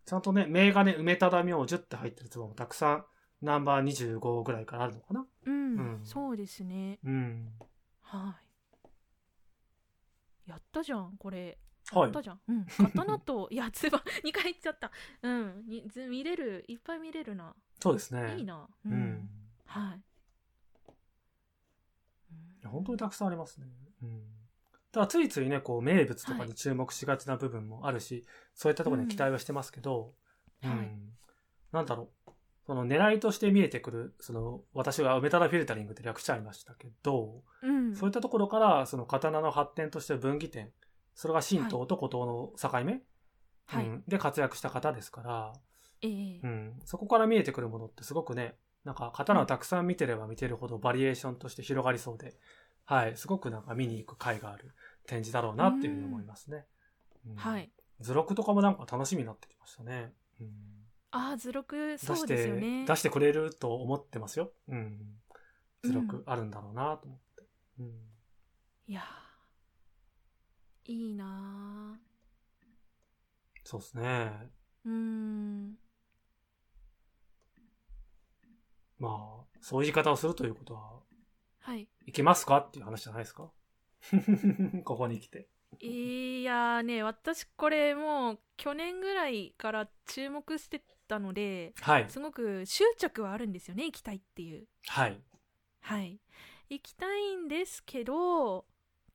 B: ちゃんとね、銘がね、梅忠明寿って入ってるツバもたくさん、ナンバー25ぐらいからあるのかな。
A: うん、
B: うん
A: そうですね
B: うん。
A: はいやったじゃんこれ
B: は
A: や
B: い
A: った。じゃん、うん、刀と いやつば2回言っちゃったうんにず見れるいっぱい見れるな
B: そうですね。
A: いいな
B: う。
A: うんん、はい
B: いや本当にたくさんありますね。うん。ただついついね、こう、名物とかに注目しがちな部分もあるし、そういったところに期待はしてますけど、
A: うんはい
B: なんだろう。その狙いとして見えてくる、その、私は梅田フィルタリングって略しちゃいましたけど、
A: うん、
B: そういったところから、その刀の発展として分岐点、それが神道と古刀の境目、
A: はい、
B: うんで活躍した方ですから、
A: ええ
B: うん、そこから見えてくるものってすごくね、なんか刀をたくさん見てれば見てるほどバリエーションとして広がりそうで、はい、すごくなんか見に行く甲斐がある展示だろうなっていうふうに思いますね。うん
A: はい。
B: 図録とかもなんか楽しみになってきましたね。うん、
A: ああ図録
B: 出
A: そ
B: し
A: う
B: て、
A: ですよね
B: 出してくれると思ってますよ。うん、図
A: う
B: 録
A: ん
B: あるんだろうなと思って。うん
A: いやーいいな
B: そうですね。
A: ーうーん
B: まあ、そういう言い方をするということは、
A: はい
B: いけますかっていう話じゃないですか。 ここに来て。
A: いやーね私これもう去年ぐらいから注目してたので
B: はい。
A: すごく執着はあるんですよね行きたいっていう
B: はい。
A: はい行きたいんですけど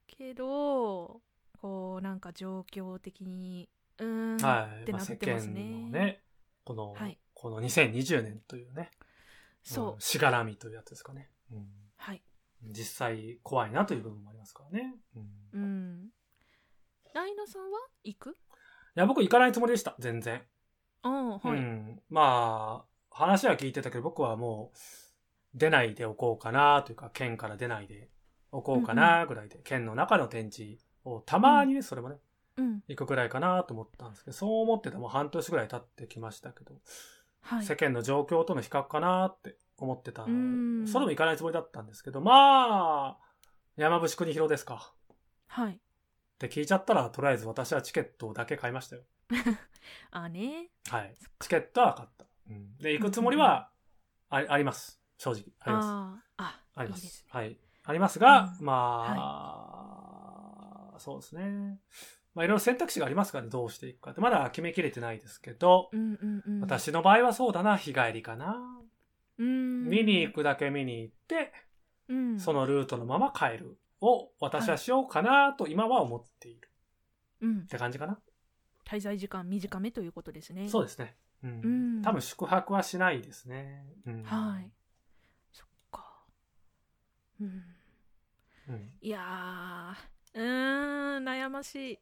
A: けどこうなんか状況的にうーん、
B: はい。
A: って
B: まあ
A: なっ
B: 世
A: て
B: 間
A: ますね,、
B: のね、この、
A: はい
B: この2020年というね、
A: そう、
B: うんしがらみというやつですかね。うん
A: はい
B: 実際怖いなという部分もありますからね。うん
A: う
B: い
A: んライナさんは行く
B: や、僕行かないつもりでした、全然。
A: ああはい、
B: うん、まあ、話は聞いてたけど、僕はもう、出ないでおこうかなというか、県から出ないでおこうかなぐらいで、県の中の展示をたまにね、それもね、
A: うん
B: 行くぐらいかなと思ったんですけど、そう思ってたもう半年ぐらい経ってきましたけど、
A: はい
B: 世間の状況との比較かなって思ってた
A: う
B: の
A: ん
B: で、それも行かないつもりだったんですけど、まあ、山伏国広ですか。
A: はい
B: って聞いちゃったら、とりあえず私はチケットだけ買いましたよ。
A: あね
B: はい。チケットは買った。うんで、行くつもりはあり、あります。正直。あります。
A: あーあ
B: ありま
A: いいですす。
B: はい。ありますが、
A: うん
B: まあ、そうですね。まあ、いろいろ選択肢がありますからね、どうしていくかって。まだ決めきれてないですけど、
A: うんうんうん
B: 私の場合はそうだな、日帰りかな。
A: うん
B: 見に行くだけ見に行って、
A: うん
B: そのルートのまま帰るを私はしようかなと今は思っている
A: うん
B: って感じかな。
A: 滞在時間短めということですね
B: そう
A: う
B: ですね。うん。
A: うん
B: 多分宿泊はしないですね。うん、
A: はい。そっかうん
B: うん。
A: いやーうーん悩ましい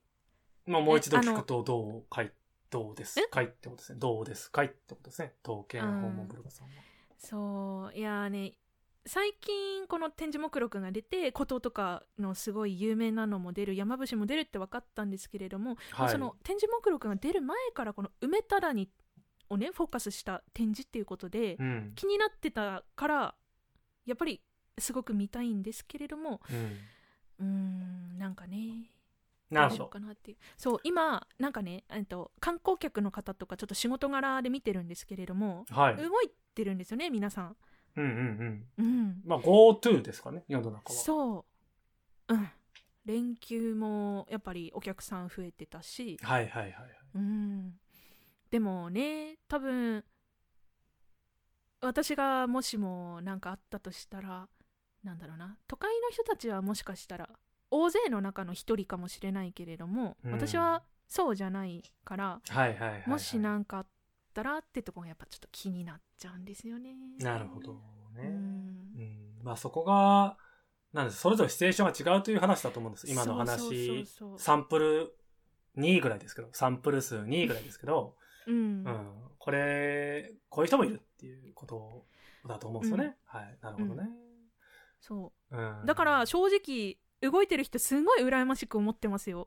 B: まあもう一度
A: えあの
B: 聞くとどうかい、どうですかいってことですね。どうですかいってことですね。刀剣訪問ブログさんは。
A: そういやーね最近この展示目録が出て古刀とかのすごい有名なのも出る山伏も出るって分かったんですけれども、まあ
B: はい。
A: その展示目録が出る前からこの梅たらにをねフォーカスした展示っていうことで、
B: うん。
A: 気になってたからやっぱりすごく見たいんですけれども
B: うん。
A: うーんなんかね
B: な
A: どう
B: るほ
A: しよう
B: ど。
A: かなっていうそう今なんかね、えっと、観光客の方とかちょっと仕事柄で見てるんですけれども
B: はい。うん
A: 動いてるんですよね皆さん。
B: うんうん。
A: うん、
B: まあ GoTo ですかね、世の中は。
A: そう、うん、連休もやっぱりお客さん増えてたし、
B: はいはいはいはい。
A: うん、でもね多分私がもしも何かあったとしたらなんだろうな都会の人たちはもしかしたら大勢の中の一人かもしれないけれども、
B: うん
A: 私はそうじゃないから
B: はいはいはいはい。
A: もしなんかあったらってとこがやっぱちょっと気になっちゃうんですよね。
B: なるほど
A: う
B: ね。
A: ん、
B: うんまあそこが、なんです、それぞれシチュエーションが違うという話だと思うんです。今の話、
A: そうそうそうそ
B: サンプル2ぐらいですけど、サンプル数2ぐらいですけど、
A: ううん
B: うん、これ、こういう人もいるっていうことだと思うんですよね。はい、なるほどね。
A: そう
B: うん
A: だ から、正直動いてる人すごい羨ましく思ってます よ。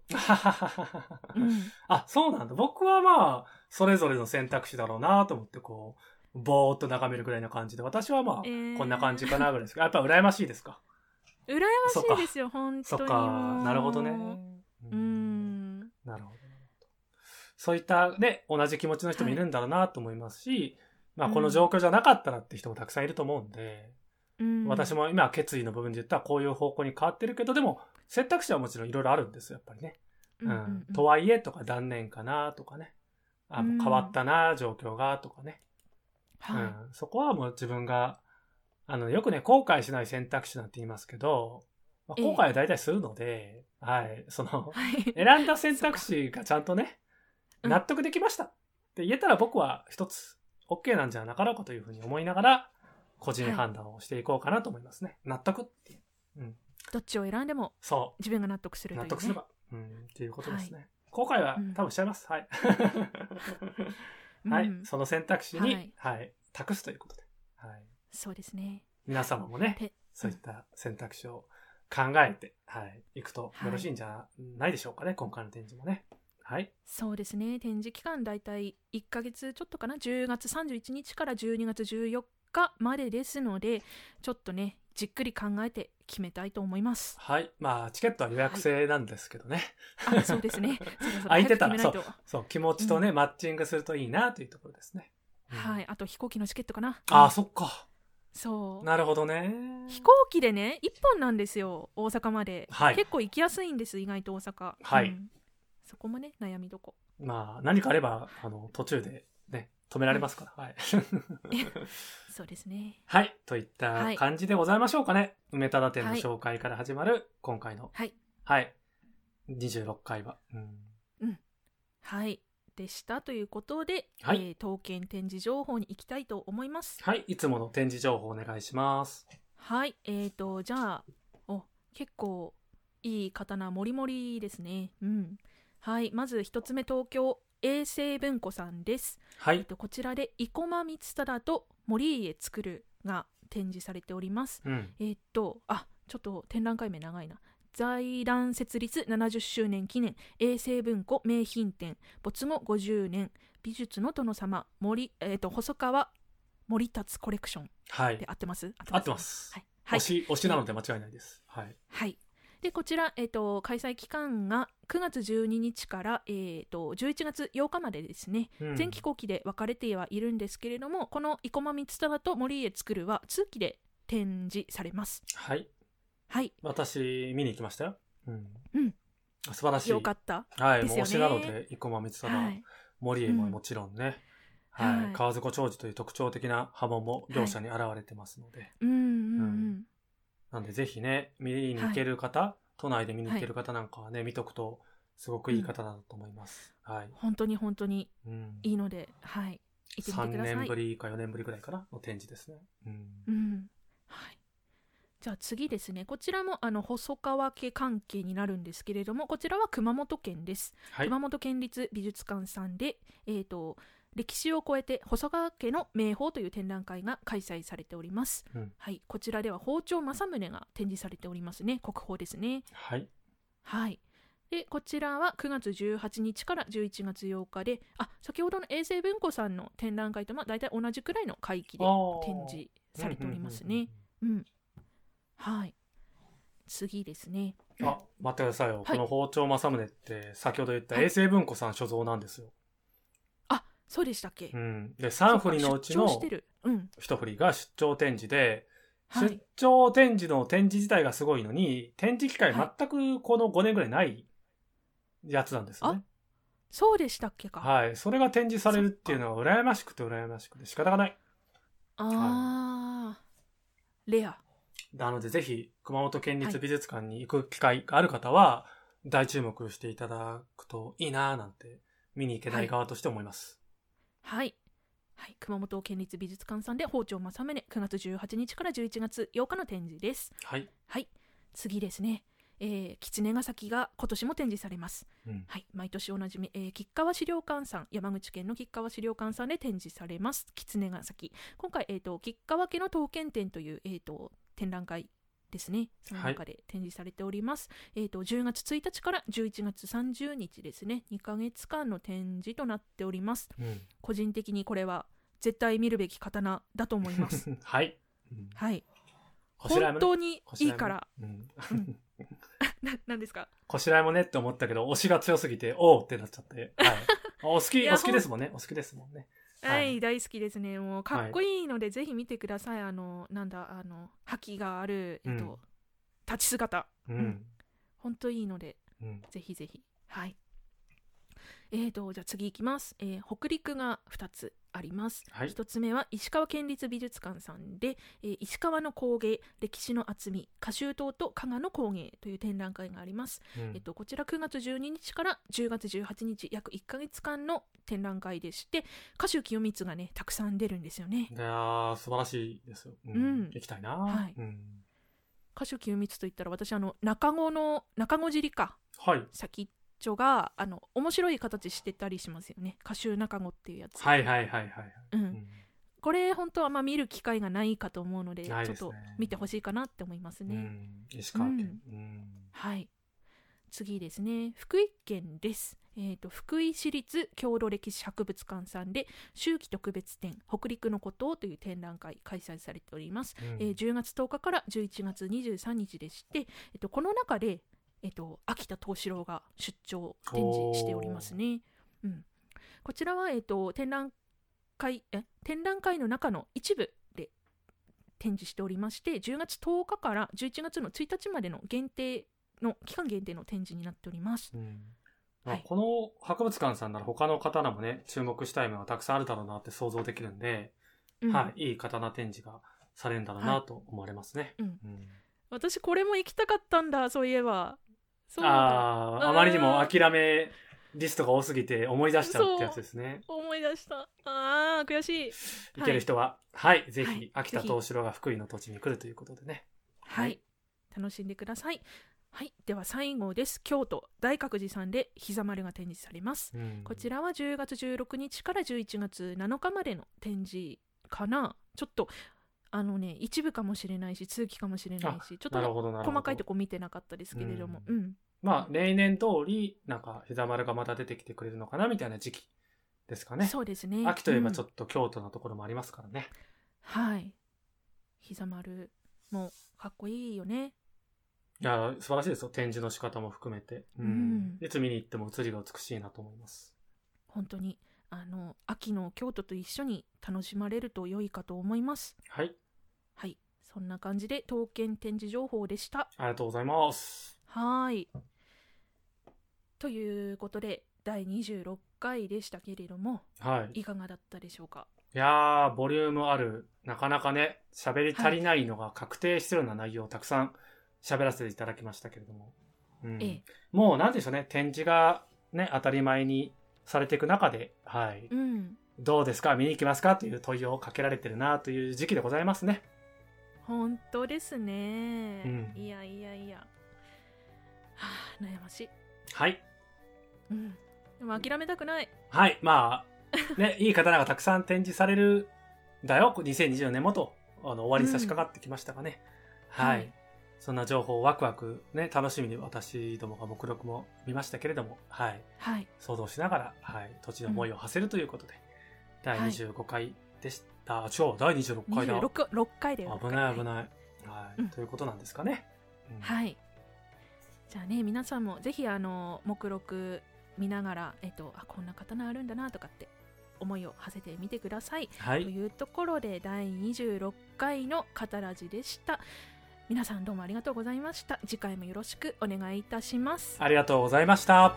A: うん、
B: あ、そうなんだ。僕はまあ、それぞれの選択肢だろうなと思って、こう、ぼーっと眺めるぐらいな感じで、私はまあ、
A: えー
B: こんな感じかなぐらいですけど、やっぱ羨ましいですか。
A: 羨ましいですよ本当
B: そっ
A: に
B: か、なるほどね。
A: う。ん
B: なるほど。そういったね、同じ気持ちの人もいるんだろうなと思いますし、まあこの状況じゃなかったらって人もたくさんいると思うんで、
A: うん
B: 私も今決意の部分で言ったらこういう方向に変わってるけど、でも選択肢はもちろんいろいろあるんですよ、やっぱりね。
A: うんうんうん
B: とはいえとか断念かなとかね。あ、もう変わったな、状況がとかね。う
A: はい
B: ん、そこはもう自分が、あの、よくね、後悔しない選択肢なんて言いますけど、まあ、後悔は大体するので、はい、そ
A: は
B: の、
A: い
B: 選んだ選択肢がちゃんとね、
A: うん
B: 納得できましたって言えたら僕は一つ OK なんじゃなかろうかというふうに思いながら、個人判断をしていこうかなと思いますね。納得っていう。
A: どっちを選んでも
B: そ
A: 自分が納得す
B: う。
A: るという、
B: 納
A: ね、
B: 得すれば。うん、っていうことですね。後悔は
A: うん
B: 多分しちゃいます。はい。
A: うん
B: はい。その選択肢に、は
A: はいい、
B: 託すということで。はい。
A: そうですね
B: 皆様も
A: で
B: ね、そういった選択肢を考えて、はい、いくとよろしいんじゃないでしょうかね、今回の展示もね。はい。
A: そうですね展示期間大体1ヶ月ちょっとかな10月31日から12月14日までですのでちょっとねじっくり考えて決めたいと思います
B: はい。まあ、チケットは予約制なんですけどね。
A: あそうです ねそうだそうだ
B: 空いてたら
A: 早く決めない
B: そう、気持ちとね、マッチングするといいなというところですね。。
A: とはいいあと飛行機のチケットかな
B: あ
A: う
B: あ、
A: ん
B: そっか。
A: そう
B: なるほどね。
A: 飛行機でね1本なんですよ大阪まで、
B: はい
A: 結構行きやすいんです意外と大阪
B: はい
A: うんそこもね悩みどこ
B: まあ、何かあれば、あの、途中でね、止められますから。はい。
A: そうですね
B: はい。といっ
A: は
B: た
A: い
B: 感じでございましょうかね。梅田店の
A: はい
B: 紹介から始まる、今回の、
A: はい
B: はい。26回は。うん
A: はいでしたということで、
B: はい
A: えー刀剣展示情報に行きたいと思います
B: はい。いつもの展示情報お願いします。
A: はい、えーと、じゃあ、お、結構いい刀もりもりですね。うん。はい、まず一つ目、東京衛生文庫さんです。
B: は
A: えっ
B: い。
A: と、こちらで、生駒光忠と森家作るが展示されております。
B: うん。
A: えっと、あ、ちょっと展覧会名長いな。財団設立70周年記念、衛生文庫名品展、没後50年、美術の殿様、森、えっと、細川森達コレクション。
B: はい
A: で。合ってます合って
B: 合ってます。
A: はい。はい
B: 推し、推しなので間違いないです。はい。
A: はい。でこちら、えっと開催期間が9月12日から、えっと11月8日までですね、
B: うん
A: 前期後期で分かれてはいるんですけれどもこの生駒光忠と森家作るは通期で展示されます
B: はい。
A: はい
B: 私、見に行きましたよ。うん。
A: うん
B: 素晴らしい。
A: よかった
B: はい、もう推
A: です
B: し
A: よね
B: なので、生駒光忠、
A: はい
B: 森江ももちろんね、
A: うん
B: はい、
A: はい
B: 川底長寿という特徴的な波紋も両者に現れてますので、
A: うんうんう
B: うんなんでぜひね、見に行ける方、都内で見に行ける方なんかはね、見とくと、すごくいい方だと思います。はい。
A: 本当に本当に
B: うん。
A: いいのではい行ってみてください
B: 3年ぶりか4年ぶりくらいかなの展示ですね。うん。
A: うんはい、じゃあ次ですねこちらもあの細川家関係になるんですけれどもこちらは熊本県です
B: はい。
A: 熊本県立美術館さんで、えー、と歴史を超えて細川家の名宝という展覧会が開催されております、
B: うん
A: はい、こちらでは包丁正宗が展示されておりますね国宝ですね
B: はい。
A: はいでこちらは9月18日から11月8日であ先ほどの衛生文庫さんの展覧会とまあ大体同じくらいの会期で
B: あー
A: 展示されておりますね。うんはい次ですね
B: あ、待ってくださいよ。
A: い
B: この包丁正宗って、先ほど言った
A: はい
B: 衛生文庫さん所蔵なんですよ。
A: あそうでしたっけ、
B: うん。で、3振りのうちの
A: 出張してるうん
B: 一振りが出張展示で、
A: は
B: 出
A: い
B: 張展示の展示自体がすごいのに、展示機会
A: はい
B: 全くこの5年ぐらいないやつなんですね。
A: そうでしたっけか
B: はい。それが展示されるっていうのは羨ましくて羨ましくて仕方がない。
A: あーレア
B: なのでぜひ、熊本県立美術館に行く機会がある方は、大注目していただくといいなぁなんて、見に行けない側として思います。
A: はい、はい、熊本県立美術館さんで包丁正宗9月18日から11月8日の展示です
B: はい。
A: はい次ですねえー、狐ヶ崎が今年も展示されます、
B: うん
A: はい、毎年おなじみ、えー、吉川資料館さん山口県の吉川資料館さんで展示されます狐ヶ崎今回、えー、と吉川家の刀剣展という、えー、と展覧会ですねその中で展示されております、えー、と10月1日から11月30日ですね2ヶ月間の展示となっております
B: うん
A: 個人的にこれは絶対見るべき刀だと思い ます。
B: はい。うん
A: はい、
B: こしらえ
A: 本
B: もね
A: 当に
B: こし
A: いい
B: らえもね
A: から。
B: うん
A: うんななんですか
B: こしらえもねって思ったけど、推しが強すぎて、おうってなっちゃ って。はい。お好き、
A: い
B: お
A: や
B: 好きですもんね。お好きですもんね。
A: は、
B: はいい
A: 大好きですね。もうかっこいいので、ぜひ見てください。あの、なんだ、あの、覇気がある、えっと、
B: うん
A: 立ち姿。
B: うん。
A: 本当いいので、
B: うん。
A: ぜひぜひ。はい。えーと、じゃあ次行きます。えー北陸が2つあります。
B: はい
A: 1つ目は石川県立美術館さんで、えー石川の工芸、歴史の厚み、歌集島と加賀の工芸という展覧会があります。
B: うん
A: えっと、こちら9月12日から10月18日約1ヶ月間の展覧会でして歌手清光がねたくさん出るんですよね
B: いやー、素晴らしいですよ。う
A: うん
B: ん。行きたいな。
A: はい
B: うん
A: 歌手清光といったら私あの中子の中子尻か
B: はい。
A: 先っちょがあの面白い形してたりしますよね歌手中子っていうやつ、
B: はいはいはいはい。
A: う、
B: うんん
A: これ本当はあんま見る機会がないかと思うので
B: ない
A: ちょっ
B: ですね
A: と見てほしいかなって思いますね、
B: うん石川県。うん
A: はい。次ですね。福井県です。えー、と福井市立郷土歴史博物館さんで秋季特別展「北陸の孤島」という展覧会開催されております、
B: うん
A: えー10月10日から11月23日でして、えっとこの中で、えっと秋田藤四郎が出張展示しておりますね、うん、こちらは、えっと展覧会え展覧会の中の一部で展示しておりまして10月10日から11月の1日までの限定の期間限定の展示になっております
B: うん
A: はい
B: この博物館さんなら他の刀もね、注目したいものがたくさんあるだろうなって想像できるんで、
A: うん
B: はい、いい刀展示がされるんだろうなと思われますね。
A: うん
B: うん
A: 私これも行きたかったんだそういえばそうだ
B: あ
A: うん
B: あ、あまりにも諦めリストが多すぎて思い出しちゃうってやつですね。
A: 思い出したあー悔しい
B: いける人は、はい、ぜ
A: はい
B: ひ、秋田
A: ぜひ
B: 東城が福井の土地に来るということでね。
A: は
B: はいい、
A: 楽しんでください。はい、では最後です。京都大覚寺さんで膝丸が展示されます。こち
B: ら。
A: らは10月16日から11月7日までの展示かな。ちょっとあのね一部かもしれないし通期かもしれないし、ちょっ
B: なる
A: と
B: ほど、なるほど。
A: 細かいとこ見てなかったですけれども、う、
B: うんまあ、例年通り、なんか、膝丸がまた出てきてくれるのかなみたいな時期ですかね。
A: そうですね。
B: 秋といえばちょ
A: と、
B: っと京都のところもありますからね。
A: はい、膝丸もかっこいいよね。
B: いや、素晴らしいですよ。展示の仕方も含めて。うん
A: うん
B: いつ見に行っても映りが美しいなと思います。
A: 本当にあの秋の京都と一緒に楽しまれると良いかと思います。
B: はい。
A: はい、そんな感じで刀剣展示情報でした。
B: ありがとうございます。
A: はーい。ということで第26回でしたけれども
B: はい。い
A: いかがだったでしょうか。
B: やー、ボリュームある、なかなかね、喋り足りないのが確定してるような内容をたくさん喋らせていただきましたけれども。うん
A: ええ
B: もう、なんでしょうね。展示がね、当たり前にされていく中で、はい。
A: うん、
B: どうですか見に行きますかという問いをかけられてるなという時期でございますね。
A: 本当ですね。
B: うん
A: いやいやいや。はあ、悩ましい。
B: はい。
A: うん。でも諦めたくない。
B: はい、まあ、ね、 いい刀がたくさん展示されるんだよ、2024年もと、あの、終わりに差し掛かってきましたがね。
A: うん
B: はい。
A: はい
B: そんな情報をワクワク、ね、楽しみに私どもが目録も見ましたけれども、はい。
A: はい。
B: 想像しながら、はい。土地の思いを馳せるということで、第
A: はい
B: 25回でした。あ、違う、第26回だ。
A: 26六回だよ。
B: 危ない危
A: い。
B: ない。は
A: う
B: い。
A: ん
B: ということなんですかね。うん
A: はい。じゃあね皆さんもぜひあの目録見ながらえっとあこんな刀あるんだなとかって思いを馳せてみてください。
B: は
A: と
B: い。
A: いうところで第26回の「カタラジ」でした皆さんどうもありがとうございました次回もよろしくお願いいたします
B: ありがとうございました。